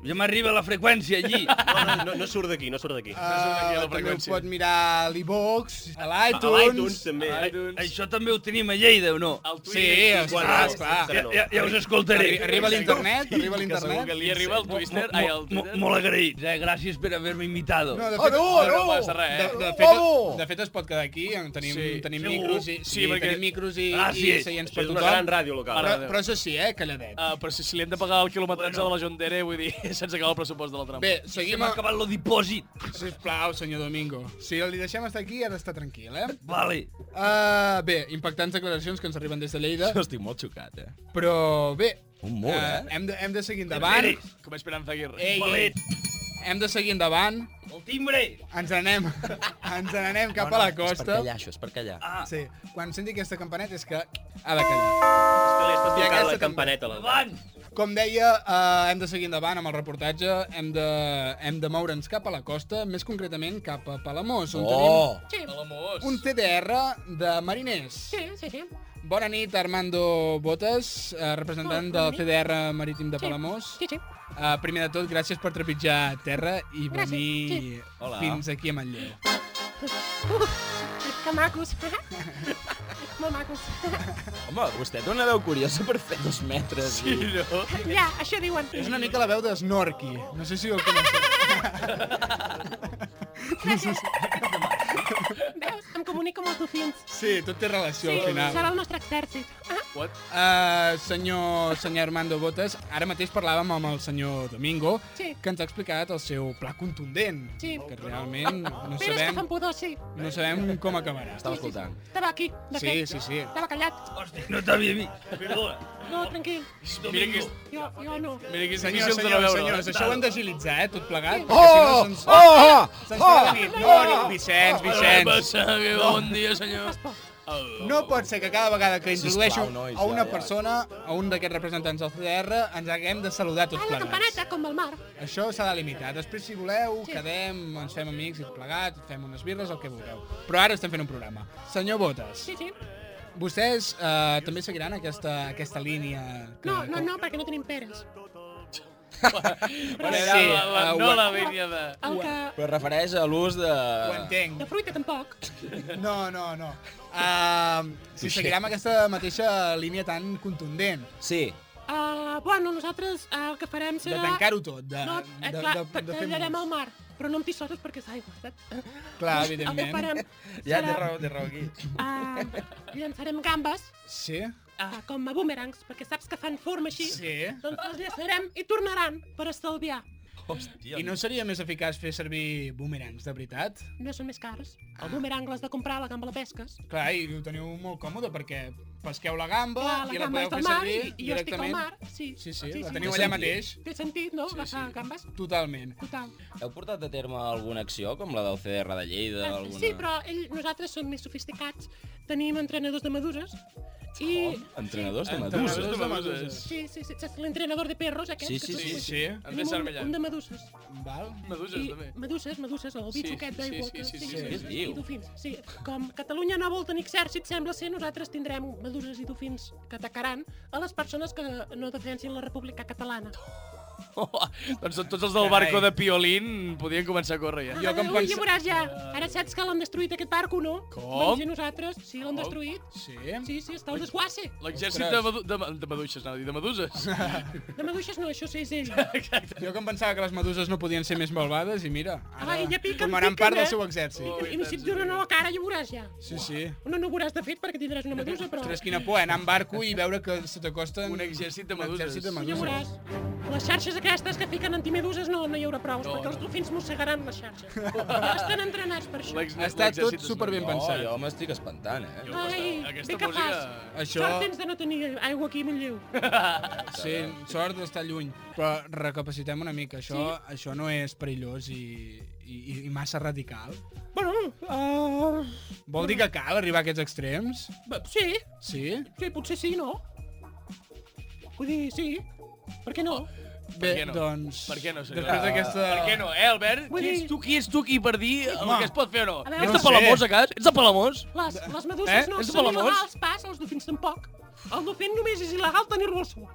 Speaker 7: Ja m'arriba la freqüència allí. No, no, no, no surt d'aquí, no surt d'aquí.
Speaker 1: Uh, també ho pot mirar a l'iVox, a
Speaker 7: A
Speaker 1: l'iTunes...
Speaker 7: l'iTunes, també. A, això també ho tenim a Lleida, o no?
Speaker 1: Sí, esclar, esclar.
Speaker 7: Ja, ja, ja us escoltaré.
Speaker 1: Arri- arriba a l'internet, arriba a l'internet.
Speaker 5: li arriba el Twister, ai, el
Speaker 7: Mo-
Speaker 5: Twitter.
Speaker 7: Molt agraïts, eh? Gràcies per haver-me Oh, imitat.
Speaker 1: No, de fet, De, de, fet,
Speaker 7: Oh,
Speaker 1: de fet es pot quedar aquí, en tenim,
Speaker 7: Sí,
Speaker 1: tenim
Speaker 7: segur.
Speaker 1: micros i,
Speaker 7: Sí,
Speaker 1: sí,
Speaker 7: perquè-
Speaker 1: tenim micros i, i
Speaker 5: Gràcies.
Speaker 1: seients
Speaker 5: Això
Speaker 1: per
Speaker 5: Ah, és
Speaker 1: tothom.
Speaker 5: una gran ràdio local.
Speaker 1: Però,
Speaker 5: Ara-
Speaker 1: però això sí, eh, calladet.
Speaker 5: Ah, però si, si li hem de pagar el quilometratge de la Jondere, vull dir, se'ns acaba el pressupost de la trampa.
Speaker 1: Bé, seguim...
Speaker 5: Hem acabat el dipòsit.
Speaker 1: Sisplau, senyor Domingo. Si li deixem estar aquí, ha d'estar tranquil, eh?
Speaker 7: Vale.
Speaker 1: Uh, bé, impactants declaracions que ens arriben des de Lleida.
Speaker 2: Jo estic molt xocat, eh?
Speaker 1: Però bé,
Speaker 2: Un mur,
Speaker 1: eh,
Speaker 2: eh?
Speaker 1: hem, de, hem de seguir endavant.
Speaker 2: Eres
Speaker 5: Com Esperanza Aguirre.
Speaker 1: Ei, ei. Hem de seguir endavant.
Speaker 7: El timbre!
Speaker 1: Ens n'anem ens n'anem cap a la
Speaker 2: És per
Speaker 1: costa.
Speaker 2: callar, això, és per callar.
Speaker 1: Ah. Sí, quan senti aquesta campaneta és que ha de callar.
Speaker 3: que li
Speaker 1: I
Speaker 3: estàs tocant la
Speaker 1: aquesta
Speaker 3: campaneta. a La...
Speaker 1: Com deia, eh, hem de seguir endavant amb el reportatge, hem de, hem de moure'ns cap a la costa, més concretament cap a Palamós, on
Speaker 2: Oh!
Speaker 1: tenim un TDR de mariners.
Speaker 4: Sí, sí, sí.
Speaker 1: Bona nit, Armando Botes, eh, representant del
Speaker 4: Hola, Oh, bona nit.
Speaker 1: TDR Marítim de
Speaker 4: Sí,
Speaker 1: Palamós.
Speaker 4: sí, sí.
Speaker 1: Eh, primer de tot, gràcies per trepitjar terra i
Speaker 4: Gràcies,
Speaker 1: venir
Speaker 4: sí.
Speaker 2: Hola.
Speaker 1: fins aquí a Manlleu.
Speaker 4: Uh, que macos. Molt macos.
Speaker 2: Home, vostè té una veu curiosa per fer dos metres. Sí,
Speaker 1: no?
Speaker 4: Ja, això diuen.
Speaker 1: És una mica la veu de Snorky. No sé si el coneixes.
Speaker 4: Gràcies. Veus? Em comunico amb els dofins.
Speaker 1: Sí, tot té relació
Speaker 4: Sí,
Speaker 1: al final.
Speaker 4: serà el nostre exèrcit. Ah,
Speaker 1: What? Uh, senyor, senyor Armando Botes, ara mateix parlàvem amb el senyor Domingo,
Speaker 4: Sí.
Speaker 1: que ens ha explicat el seu pla contundent,
Speaker 4: sí.
Speaker 1: que realment no
Speaker 4: Peres que
Speaker 1: sabem,
Speaker 4: fan pudor, sí.
Speaker 1: no sabem com acabarà.
Speaker 4: Estava escoltant. Estava aquí, de
Speaker 1: Sí,
Speaker 4: fet.
Speaker 1: sí, sí.
Speaker 4: Estava callat.
Speaker 7: No t'havia vist.
Speaker 1: eh.
Speaker 7: Perdona.
Speaker 4: No, tranquil.
Speaker 7: Mira que...
Speaker 4: Jo, jo no.
Speaker 5: Mira que és
Speaker 1: Senyor,
Speaker 5: difícil de no
Speaker 1: senyor,
Speaker 5: veure.
Speaker 1: senyors, això ho hem d'agilitzar, eh, tot plegat.
Speaker 5: Sí.
Speaker 1: perquè si no
Speaker 5: Oh!
Speaker 1: se'ns-
Speaker 5: Oh!
Speaker 1: Se'ns fa la nit. No,
Speaker 5: Oh!
Speaker 1: ni- Vicenç,
Speaker 5: Què passa? Que
Speaker 1: Vicenç.
Speaker 5: bon dia, senyor.
Speaker 1: No pot ser que cada vegada que introdueixo
Speaker 5: Sisplau, nois,
Speaker 1: a una
Speaker 5: ja, ja.
Speaker 1: persona, a un d'aquests representants del CDR, ens haguem de saludar tots
Speaker 4: La
Speaker 1: plegats.
Speaker 4: campaneta, com el mar.
Speaker 1: Això s'ha de limitar. Després, si voleu,
Speaker 4: Sí.
Speaker 1: quedem, ens fem amics i plegats, fem unes birres, el que vulgueu. Però ara estem fent un programa. Senyor Botes,
Speaker 4: Sí, sí.
Speaker 1: vostès eh, també seguiran aquesta, aquesta línia... Que...
Speaker 4: No, no, no, perquè no tenim peres.
Speaker 1: Bueno,
Speaker 2: sí,
Speaker 1: sí, eh, ho-
Speaker 5: de...
Speaker 4: El que...
Speaker 2: Però es refereix a l'ús de...
Speaker 1: Ho entenc.
Speaker 4: De fruita tampoc.
Speaker 1: No, no, no. Uh, si
Speaker 2: Touché.
Speaker 1: seguirà amb aquesta mateixa línia tan contundent.
Speaker 2: Sí.
Speaker 4: Uh, bueno, nosaltres uh, el que farem serà...
Speaker 1: tancar-ho tot, de-
Speaker 4: no,
Speaker 1: de-
Speaker 4: eh, clar,
Speaker 1: de- de fer
Speaker 4: tallarem
Speaker 1: molts.
Speaker 4: el mar, però no amb tissotes perquè és aigua, saps?
Speaker 1: Clar,
Speaker 4: El que farem
Speaker 1: evidentment.
Speaker 4: Ja, té raó,
Speaker 1: té raó aquí.
Speaker 4: uh, llançarem gambes
Speaker 1: Sí?
Speaker 4: uh, com a boomerangs, perquè saps que fan forma així.
Speaker 1: Sí.
Speaker 4: Doncs els llançarem i tornaran per estalviar.
Speaker 1: I no seria més eficaç fer servir boomerangs, de veritat?
Speaker 4: No són més cars.
Speaker 1: Ah.
Speaker 4: El boomerang l'has de comprar, la gamba la pesques.
Speaker 1: Clar, i ho teniu molt còmode perquè pesqueu la gamba
Speaker 4: Clar, la
Speaker 1: i la
Speaker 4: gamba
Speaker 1: podeu fer
Speaker 4: és al mar
Speaker 1: servir
Speaker 4: i- i jo estic al
Speaker 1: directament.
Speaker 4: mar, sí.
Speaker 1: Sí, sí,
Speaker 4: Sí,
Speaker 1: la
Speaker 4: sí.
Speaker 1: teniu
Speaker 4: Té
Speaker 1: allà
Speaker 4: sentit.
Speaker 1: mateix.
Speaker 4: Té sentit, no? Sí, sí. Gambes?
Speaker 1: Totalment.
Speaker 4: Total.
Speaker 2: Heu portat a terme alguna acció, com la del CDR de Lleida? Alguna...
Speaker 4: Ah, Sí, però ell, nosaltres som més sofisticats. Tenim entrenadors de madures i...
Speaker 2: Oh. Entrenadors de meduses.
Speaker 5: Entrenadors de meduses.
Speaker 4: Sí, sí, sí. Saps l'entrenador de perros aquest?
Speaker 2: Sí,
Speaker 4: que
Speaker 2: sí,
Speaker 4: tots
Speaker 2: sí,
Speaker 4: coneixen?
Speaker 2: sí. ¿eh?
Speaker 4: Tenim
Speaker 5: Andrés Cervellán.
Speaker 4: Un, un de meduses.
Speaker 1: Val.
Speaker 5: Meduses, també.
Speaker 4: Meduses, meduses, el
Speaker 5: Sí,
Speaker 4: bitxo aquest
Speaker 5: sí,
Speaker 4: d'aigua.
Speaker 5: sí,
Speaker 4: que-
Speaker 5: sí, sí,
Speaker 2: sí. Què
Speaker 4: i
Speaker 2: diu?
Speaker 4: dofins. Sí, com Catalunya no vol tenir exèrcit, sembla ser, nosaltres tindrem meduses i dofins que atacaran a les persones que no defensin la República Catalana.
Speaker 5: Doncs tots els del barco de Piolín podien començar a córrer ja.
Speaker 4: Jo com pensa... Ja veuràs ja. Ara saps que l'han destruït aquest parc o no?
Speaker 5: Com?
Speaker 4: Vam ser nosaltres. Sí, l'han
Speaker 5: Com?
Speaker 4: destruït.
Speaker 1: Sí?
Speaker 4: Sí, sí, està un desguasse.
Speaker 5: L'exèrcit de, medu de, de maduixes, anava a dir, de meduses.
Speaker 4: De maduixes no, això sí és ell.
Speaker 1: Jo que em pensava que les meduses no podien ser més malvades i mira, ara
Speaker 4: Ai, ja piquen,
Speaker 1: formaran
Speaker 4: piquen,
Speaker 1: part
Speaker 4: eh?
Speaker 1: del seu exèrcit.
Speaker 4: I, i si et donen a la cara ja ho veuràs ja.
Speaker 1: Sí, sí.
Speaker 4: No, no ho veuràs de fet perquè tindràs una medusa, però...
Speaker 1: Ostres, quina por, eh? anar en barco i veure que se t'acosten... Un exèrcit de meduses. Un exèrcit de
Speaker 4: Ja ho veuràs.
Speaker 1: meduses.
Speaker 4: Les xarxes aquestes que fiquen antimeduses no, no hi haurà prou, perquè els dofins mossegaran les xarxes. Ja estan entrenats per això.
Speaker 1: Està tot superben pensat.
Speaker 2: Jo m'estic espantant, eh?
Speaker 4: Ai,
Speaker 1: aquesta
Speaker 4: bé que
Speaker 1: música-
Speaker 4: fas.
Speaker 1: Això-
Speaker 4: Sort tens de no tenir aigua aquí a Manlleu.
Speaker 1: Sí, sort d'estar lluny. Però recapacitem una mica, això,
Speaker 4: Sí.
Speaker 1: això no és perillós i, i, i massa radical.
Speaker 4: Bueno, uh...
Speaker 1: Vol dir que cal arribar a aquests extrems?
Speaker 4: Sí,
Speaker 1: Sí?
Speaker 4: sí, potser sí, no? Vull dir, sí. Per què no?
Speaker 1: Bé,
Speaker 5: què no?
Speaker 1: doncs...
Speaker 5: Per què no, senyor? Ah.
Speaker 1: Després d'aquesta...
Speaker 5: Per què no, eh, Albert?
Speaker 4: Vull
Speaker 5: Qui ets
Speaker 4: dir-
Speaker 5: tu, qui ets tu aquí per dir el
Speaker 1: Home.
Speaker 5: que es pot fer o no?
Speaker 4: A veure,
Speaker 5: Ets
Speaker 4: no
Speaker 5: de
Speaker 4: sé.
Speaker 5: Palamós, a cas? Ets de Palamós?
Speaker 4: Les, les
Speaker 5: Eh?
Speaker 4: meduses no
Speaker 5: Ets de
Speaker 4: són
Speaker 5: Palamós?
Speaker 4: il·legals, pas, els dofins tampoc. El dofín només és il·legal tenir-lo al sol.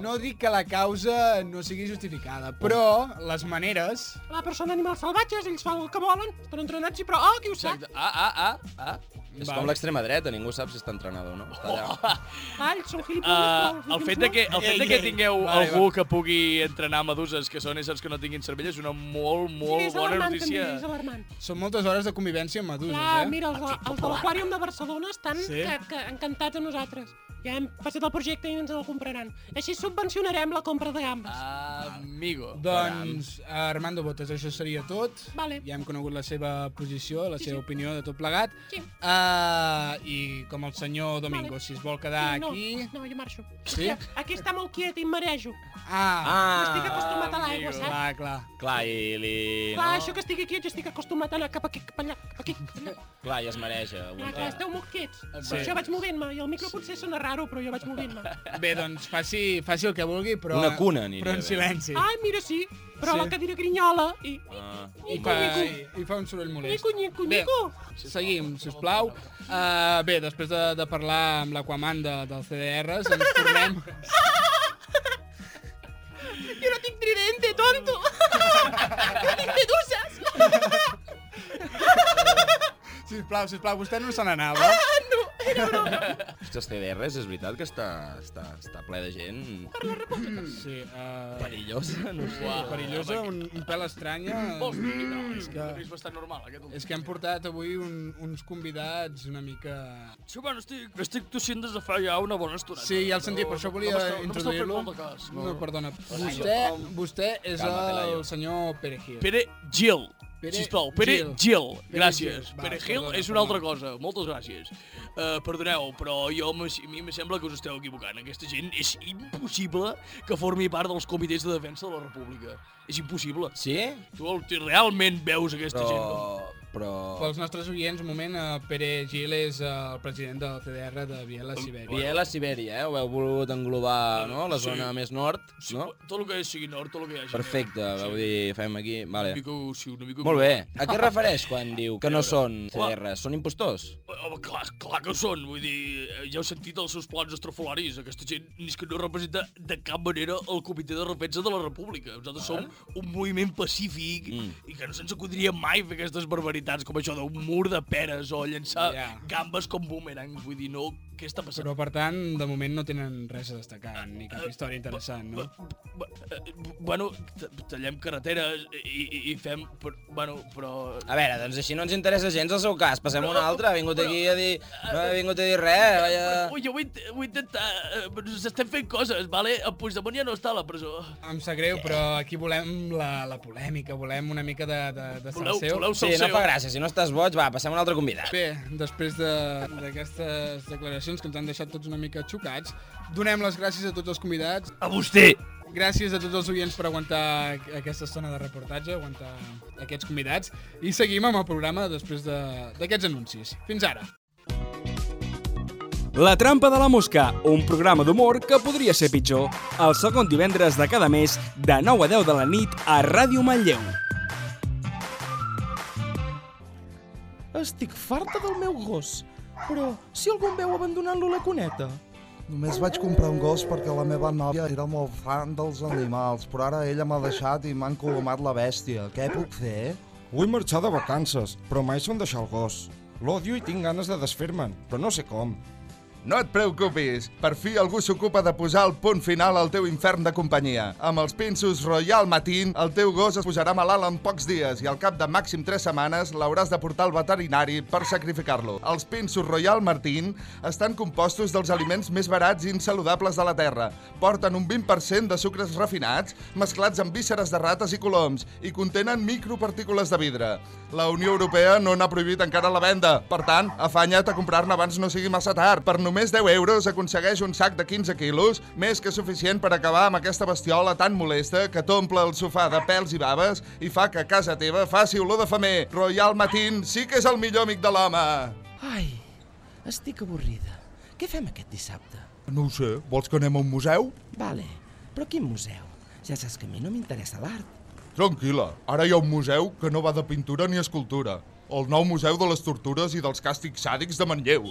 Speaker 1: No dic que la causa no sigui justificada, però les maneres...
Speaker 4: La persona animals salvatges, ells fan el que volen, estan entrenats i però... Oh, qui ho sap?
Speaker 5: Ah, ah, ah, ah.
Speaker 2: És com l'extrema dreta, ningú sap si està entrenada o no. Està allà.
Speaker 4: Ah, ells són gilipolles,
Speaker 5: Uh,
Speaker 4: però
Speaker 5: el
Speaker 4: els
Speaker 5: fet
Speaker 4: dofins
Speaker 5: de que,
Speaker 4: no.
Speaker 5: el fet de que tingueu algú que pugui entrenar meduses, que són éssers que no tinguin cervell, és una molt, molt
Speaker 4: és
Speaker 5: bona
Speaker 4: alarmant,
Speaker 5: notícia.
Speaker 4: també, és alarmant.
Speaker 1: Són moltes hores de convivència amb meduses,
Speaker 4: Clar,
Speaker 1: eh?
Speaker 4: mira, els,
Speaker 5: Ah,
Speaker 4: de- els de l'Aquàrium de Barcelona estan
Speaker 1: Sí.
Speaker 4: sí. que, que encantats a nosaltres. Ja hem passat el projecte i ens el compraran. Així subvencionarem la compra de gambes.
Speaker 5: Ah, Amigo.
Speaker 1: Doncs, eh, Armando Botes, això seria tot.
Speaker 4: Vale.
Speaker 1: Ja hem conegut la seva posició, la
Speaker 4: Sí,
Speaker 1: seva
Speaker 4: sí.
Speaker 1: opinió de tot plegat.
Speaker 4: Sí.
Speaker 1: Uh, I com el senyor Domingo, si es vol quedar
Speaker 4: no,
Speaker 1: aquí...
Speaker 4: no, jo marxo.
Speaker 1: Sí?
Speaker 4: És que Aquí està molt quiet i em marejo.
Speaker 1: Ah,
Speaker 4: Estic acostumat a
Speaker 5: Ah,
Speaker 4: l'aigua, saps?
Speaker 1: Clar, ah, clar.
Speaker 2: Clar, i li...
Speaker 4: Clar, això que estigui quiet, jo estic acostumat a anar cap aquí, cap allà, cap aquí, cap allà.
Speaker 2: Clar, i es eh, mareja.
Speaker 4: Clar, clar, esteu molt quiets.
Speaker 1: Sí.
Speaker 4: Jo vaig movent-me, i el micro potser sona raro, però jo vaig movent-me.
Speaker 1: Bé, doncs faci, faci el que vulgui, però...
Speaker 2: Una cuna aniria
Speaker 1: Però en
Speaker 2: bé.
Speaker 1: silenci.
Speaker 4: Ai, mira, sí, Ah, però
Speaker 1: Sí.
Speaker 4: la cadira grinyola i...
Speaker 2: Ah.
Speaker 1: I
Speaker 4: Nico,
Speaker 1: fa,
Speaker 4: nico.
Speaker 1: I fa un soroll molest.
Speaker 4: Nico, nico, nico.
Speaker 1: Bé, seguim, sisplau. Uh, bé, després de, de parlar amb l'Aquaman de, del CDR, ens tornem...
Speaker 4: Yo no tengo tridente, tonto. No tinc medusas.
Speaker 1: sisplau, sisplau, vostè no se n'anava.
Speaker 2: Ostres, CDRs, és veritat que està, està, està ple de gent
Speaker 1: Sí, uh...
Speaker 2: perillosa, no ho sé.
Speaker 1: Mm. Uau, perillosa, un, un pèl eh. Mm. estranya.
Speaker 5: Vols dir que no?
Speaker 1: És que,
Speaker 5: És bastant normal, aquest home.
Speaker 1: és que hem portat avui un, uns convidats una mica...
Speaker 5: Sí, bueno, estic, estic tossint des de fa ja una bona estoneta.
Speaker 1: Sí, ja el sentit, per això volia
Speaker 5: m'està-
Speaker 1: introduir-lo.
Speaker 5: No m'està fent molt de cas,
Speaker 1: No, perdona.
Speaker 5: Hola,
Speaker 1: Vostè, vostè és
Speaker 5: Calma't,
Speaker 1: el
Speaker 5: Elaio.
Speaker 1: senyor Pere Gil.
Speaker 5: Pere Gil.
Speaker 1: Pere
Speaker 5: Sisplau, Pere
Speaker 1: Gil.
Speaker 5: Gil.
Speaker 1: Pere
Speaker 5: Gràcies.
Speaker 1: Gil. Va,
Speaker 5: Pere Gil
Speaker 1: perdona,
Speaker 5: és una altra cosa. Moltes gràcies. Uh, perdoneu, però jo, me- a mi em sembla que us esteu equivocant. Aquesta gent és impossible que formi part dels comitès de defensa de la República. És impossible.
Speaker 2: Sí?
Speaker 5: Tu el- tu realment veus aquesta
Speaker 2: Però-
Speaker 5: gent com...
Speaker 2: Però...
Speaker 1: Pels nostres oients, un moment, eh, Pere Gil és eh, el president del CDR de Biela Sibèria.
Speaker 2: Biela, Sibèria, eh? Ho heu volgut englobar, no? La
Speaker 5: Sí.
Speaker 2: zona més nord, no?
Speaker 5: Tot el que sigui nord, tot el que hi hagi...
Speaker 2: Perfecte, vau dir, fem aquí... Vale.
Speaker 5: Una mica, sí, una mica...
Speaker 2: Molt bé. A què es refereix quan diu que no són CDRs? Són impostors?
Speaker 5: Home, clar, clar que són, vull dir, eh, ja heu sentit els seus plans estrafolaris. Aquesta gent és que no representa de cap manera el Comitè de Defensa de la República. Nosaltres som un moviment pacífic
Speaker 3: Mm.
Speaker 5: i que no se'ns acudiria mai fer aquestes barbaritats com això d'un mur de peres o llençar
Speaker 1: Ja.
Speaker 5: gambes com boomerangs. Vull dir, no Què està passant?
Speaker 1: Però, per tant, de moment no tenen res a destacar, ni cap història interessant, no?
Speaker 5: Bueno, t- tallem carreteres i, i, i fem... Però, bueno, però...
Speaker 2: A veure, doncs així no ens interessa gens el seu cas. Passem a un altre. Ha vingut aquí a dir... No ha vingut a dir res. Vaya...
Speaker 5: eh, Ui, jo vull, vull intentar... eh, però S'estem fent coses, vale? En Puigdemont ja no està a la presó.
Speaker 1: Em sap greu, però aquí volem la, la polèmica, volem una mica de, de, de salseu.
Speaker 2: Sí, no fa gràcia. Si no estàs boig, va, passem a un altre convidat.
Speaker 1: Bé, Eh, després de- d'aquestes de, declaracions que ens han deixat tots una mica xocats, donem les gràcies a tots els convidats.
Speaker 5: A vostè!
Speaker 1: Gràcies a tots els oients per aguantar aqu- aquesta estona de reportatge, aguantar aquests convidats, i seguim amb el programa després de- d'aquests de, anuncis. Fins ara!
Speaker 20: La trampa de la mosca, un programa d'humor que podria ser pitjor. El segon divendres de cada mes, de 9 a 10 de la nit, a Ràdio Manlleu.
Speaker 21: Estic farta del meu gos, però si algú em veu abandonant-lo a la cuneta...
Speaker 22: Només vaig comprar un gos perquè la meva nòvia era molt fan dels animals, però ara ella m'ha deixat i m'han colomat la bèstia. Què puc fer?
Speaker 9: Vull marxar de vacances, però mai són deixar el gos. L'odio i tinc ganes de desfer-me'n, però no sé com.
Speaker 23: No et preocupis, per fi algú s'ocupa de posar el punt final al teu infern de companyia. Amb els pinços Royal Matin, el teu gos es posarà malalt en pocs dies i al cap de màxim 3 setmanes l'hauràs de portar al veterinari per sacrificar-lo. Els pinços Royal Martin estan compostos dels aliments més barats i insaludables de la Terra. Porten un 20% de sucres refinats mesclats amb vísceres de rates i coloms i contenen micropartícules de vidre. La Unió Europea no n'ha prohibit encara la venda. Per tant, afanya't a comprar-ne abans no sigui massa tard. Per només 10 euros aconsegueix un sac de 15 quilos, més que suficient per acabar amb aquesta bestiola tan molesta que t'omple el sofà de pèls i baves i fa que a casa teva faci olor de femer. Royal Matin sí que és el millor amic de l'home.
Speaker 21: Ai, estic avorrida. Què fem aquest dissabte?
Speaker 23: No ho sé, vols que anem a un museu?
Speaker 21: Vale, però quin museu? Ja saps que a mi no m'interessa l'art.
Speaker 23: Tranquil·la, ara hi ha un museu que no va de pintura ni escultura. El nou Museu de les Tortures i dels Càstigs Sàdics de Manlleu.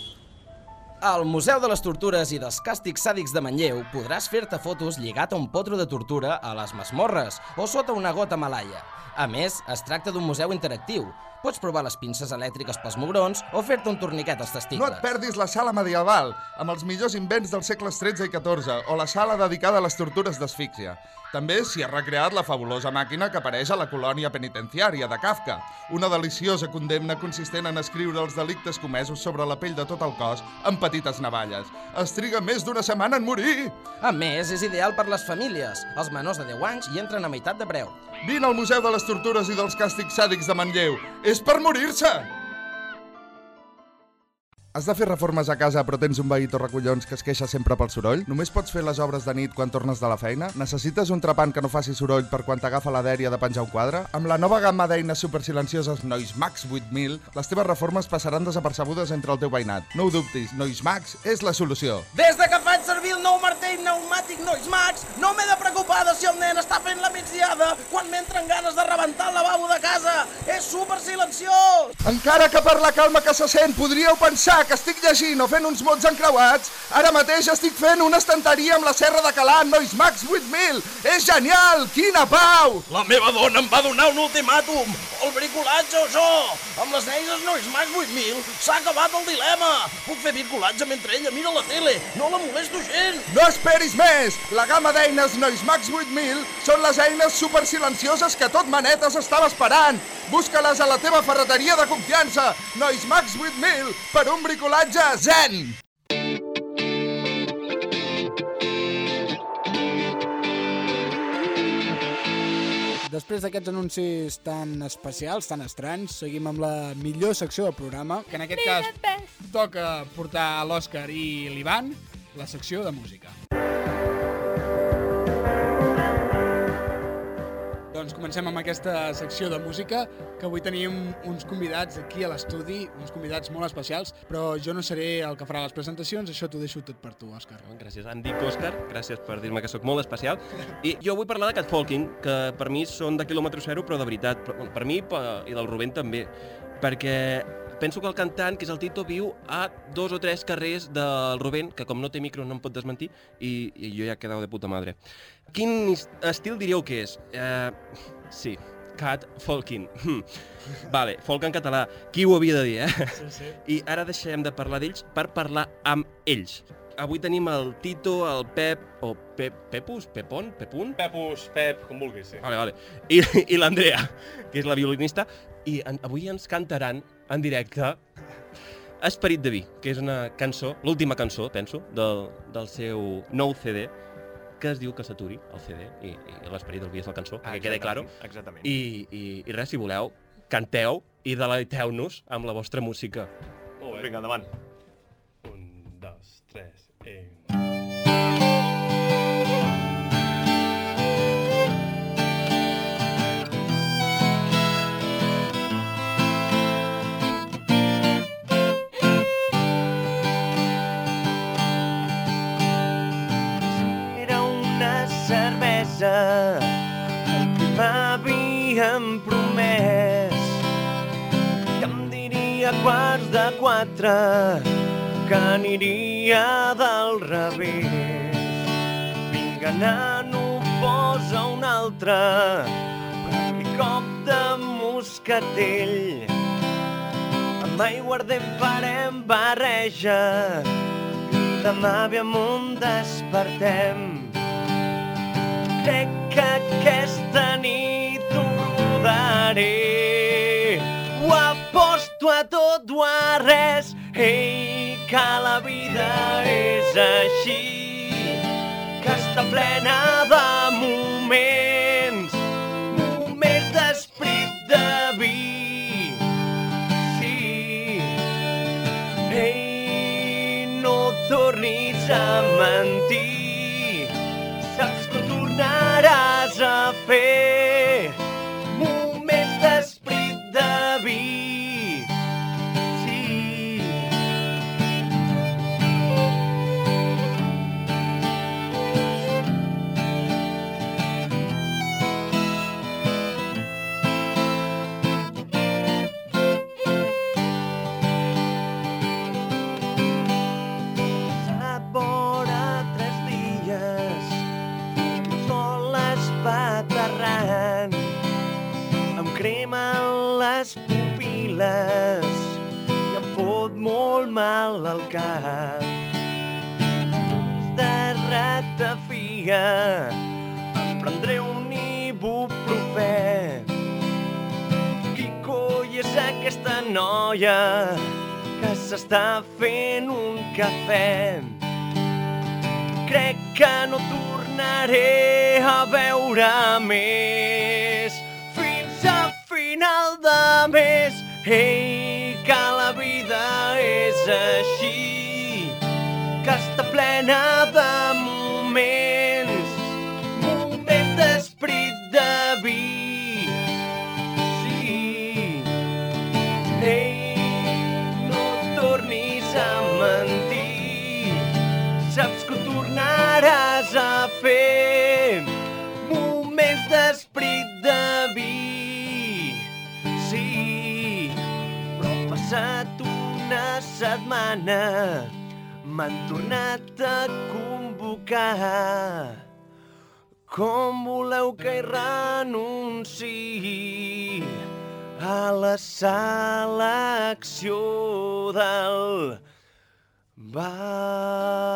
Speaker 21: Al Museu de les Tortures i dels Càstigs Sàdics de Manlleu podràs fer-te fotos lligat a un potro de tortura a les masmorres o sota una gota malaia. A més, es tracta d'un museu interactiu. Pots provar les pinces elèctriques pels mugrons o fer-te un torniquet als
Speaker 23: No
Speaker 21: testicles.
Speaker 23: et perdis la sala medieval, amb els millors invents dels segles XIII i XIV, o la sala dedicada a les tortures d'asfíxia. També s'hi ha recreat la fabulosa màquina que apareix a la colònia penitenciària de Kafka, una deliciosa condemna consistent en escriure els delictes comesos sobre la pell de tot el cos amb petites navalles. Es triga més d'una setmana en morir!
Speaker 21: A més, és ideal per les famílies. Els menors de 10 anys hi entren a meitat de preu.
Speaker 23: Vine al Museu de les Tortures i dels Càstigs Sàdics de Manlleu. És per morir-se! Has de fer reformes a casa però tens un veí torracollons que es queixa sempre pel soroll? Només pots fer les obres de nit quan tornes de la feina? Necessites un trepant que no faci soroll per quan t'agafa la dèria de penjar un quadre? Amb la nova gamma d'eines supersilencioses Noise Max 8000, les teves reformes passaran desapercebudes entre el teu veïnat. No ho dubtis, Noise Max és la solució.
Speaker 21: Des de que faig servir el nou martell pneumàtic Noise Max, no m'he de preocupar de si el nen està fent la migdiada quan m'entren ganes de rebentar el lavabo de casa. És super silenciós!
Speaker 23: Encara que per la calma que se sent podríeu pensar que estic llegint o fent uns mots encreuats, ara mateix estic fent una estanteria amb la serra de Calà Nois Max 8000. És genial! Quina pau!
Speaker 24: La meva dona em va donar un ultimàtum.
Speaker 21: El bricolatge o jo! Amb les neines Noise Max 8000 s'ha acabat el dilema! Puc fer bricolatge mentre ella mira la tele, no la molesto gens!
Speaker 23: No esperis més! La gamma d'eines Noise Max 8000 són les eines super silencioses que tot manetes estava esperant. Busca-les a la teva ferreteria de confiança. Noise Max 8000 per un bricolatge zen!
Speaker 25: Després d'aquests anuncis tan especials, tan estranys, seguim amb la millor secció del programa.
Speaker 1: Que en aquest cas toca portar l'Òscar i l'Ivan la secció de música. Doncs comencem amb aquesta secció de música, que avui tenim uns convidats aquí a l'estudi, uns convidats molt especials, però jo no seré el que farà les presentacions, això t'ho deixo tot per tu, Òscar.
Speaker 3: Gràcies, Andy, Òscar. Gràcies per dir-me que sóc molt especial. I jo vull parlar de Catfolking, que per mi són de quilòmetre zero, però de veritat. Per, per mi per, i del Rubén també. Perquè penso que el cantant, que és el Tito, viu a dos o tres carrers del Rubén, que com no té micro no em pot desmentir, i, i jo ja he quedat de puta madre. Quin est- estil diríeu que és? Eh, sí, Cat Folkin. Hm. Vale, folk en català. Qui ho havia de dir, eh? Sí, sí. I ara deixarem de parlar d'ells per parlar amb ells. Avui tenim el Tito, el Pep, o Pep, Pepus, Pepon, Pepun? Pepus, Pep, com vulguis, sí. Vale, vale. I, i l'Andrea, que és la violinista, i en, avui ens cantaran en directe Esperit de vi, que és una cançó, l'última cançó, penso, del, del seu nou CD, que es diu que s'aturi el CD i, i l'esperit del vi és la cançó, ah, que quede claro.
Speaker 6: Exactament, exactament.
Speaker 3: I, i, I res, si voleu, canteu i deleiteu-nos amb la vostra música.
Speaker 6: Molt bé. Vinga, endavant. Un, dos, tres, eh. i...
Speaker 10: era una cervesa el que m'havien promès que em diria a quarts de quatre que aniria del revés vinga nano posa un altre i cop de moscatell amb aigua ardent farem barreja demà aviam on despertem. Crec que aquesta nit ho rodaré. Ho aposto a tot o a res. Ei, que la vida és així, que està plena de moments, moments d'esprit de vi. Sí, ei, no tornis a mentir. Saps que ho tornaràs a fer. Moments d'esprit de vi. Sí. Sabor a tres dies sol es va aterrant em cremen les pupil·les i em fot molt mal al cap de ratafia em prendré un ibuprofè qui coi és aquesta noia que s'està fent un cafè crec que no tornaré a veure més fins a final de mes. Ei, que la vida és així, que està plena de moments, moments d'esprit de vi. Sí, ei, no tornis a mentir, saps que ho tornaràs a fer. Moments d'esprit de vi, sí, però ha passat una setmana, m'han tornat a convocar. Com voleu que hi renunciï a la selecció del bar?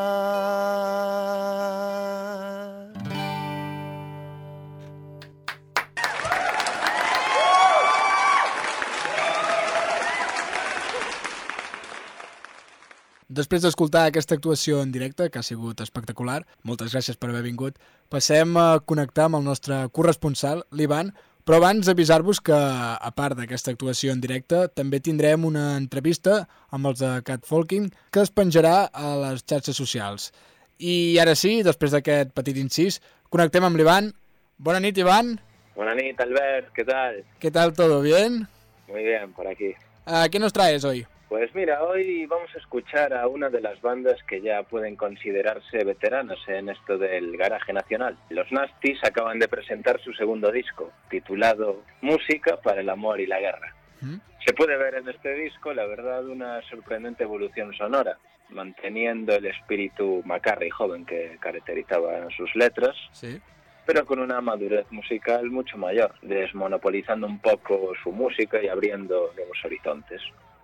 Speaker 25: Després d'escoltar aquesta actuació en directe, que ha sigut espectacular, moltes gràcies per haver vingut, passem a connectar amb el nostre corresponsal, l'Ivan, però abans avisar-vos que, a part d'aquesta actuació en directe, també tindrem una entrevista amb els de Catfolking que es penjarà a les xarxes socials. I ara sí, després d'aquest petit incís, connectem amb l'Ivan. Bona nit, Ivan.
Speaker 12: Buenas noches, Albert. ¿Qué tal?
Speaker 25: ¿Qué tal? ¿Todo bien?
Speaker 12: Muy bien, por aquí.
Speaker 25: Uh, ¿Qué nos traes hoy?
Speaker 12: Pues mira, hoy vamos a escuchar a una de las bandas que ya pueden considerarse veteranos en esto del garaje nacional. Los Nasties acaban de presentar su segundo disco, titulado Música para el amor y la guerra. Se puede ver en este disco, la verdad, una sorprendente evolución sonora, manteniendo el espíritu macarra y joven que caracterizaba sus letras,
Speaker 25: Sí.
Speaker 12: pero con una madurez musical mucho mayor, desmonopolizando un poco su música y abriendo nuevos horizontes.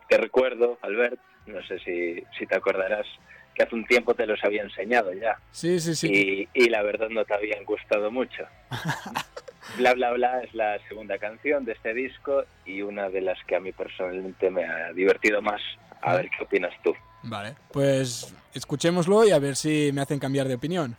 Speaker 12: Te recuerdo, Albert, no sé si, si te acordarás, que hace un tiempo te los había enseñado ya.
Speaker 1: Sí, sí, sí.
Speaker 12: Y, y la verdad no te habían gustado mucho. Bla Bla Bla es la segunda canción de este disco y una de las que a mí personalmente me ha divertido más. A ver qué opinas tú.
Speaker 1: Vale. Pues escuchémoslo y a ver si me hacen cambiar de opinión.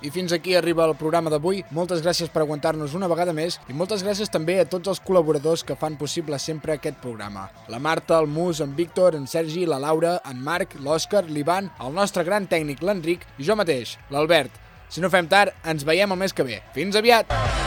Speaker 1: I fins aquí arriba el programa d'avui. Moltes gràcies per aguantar-nos una vegada més i moltes gràcies també a tots els col·laboradors que fan possible sempre aquest programa. La Marta, el Mus, en Víctor, en Sergi, la Laura, en Marc, l'Òscar, l'Ivan, el nostre gran tècnic, l'Enric, i jo mateix, l'Albert. Si no fem tard, ens veiem el mes que ve. Fins aviat!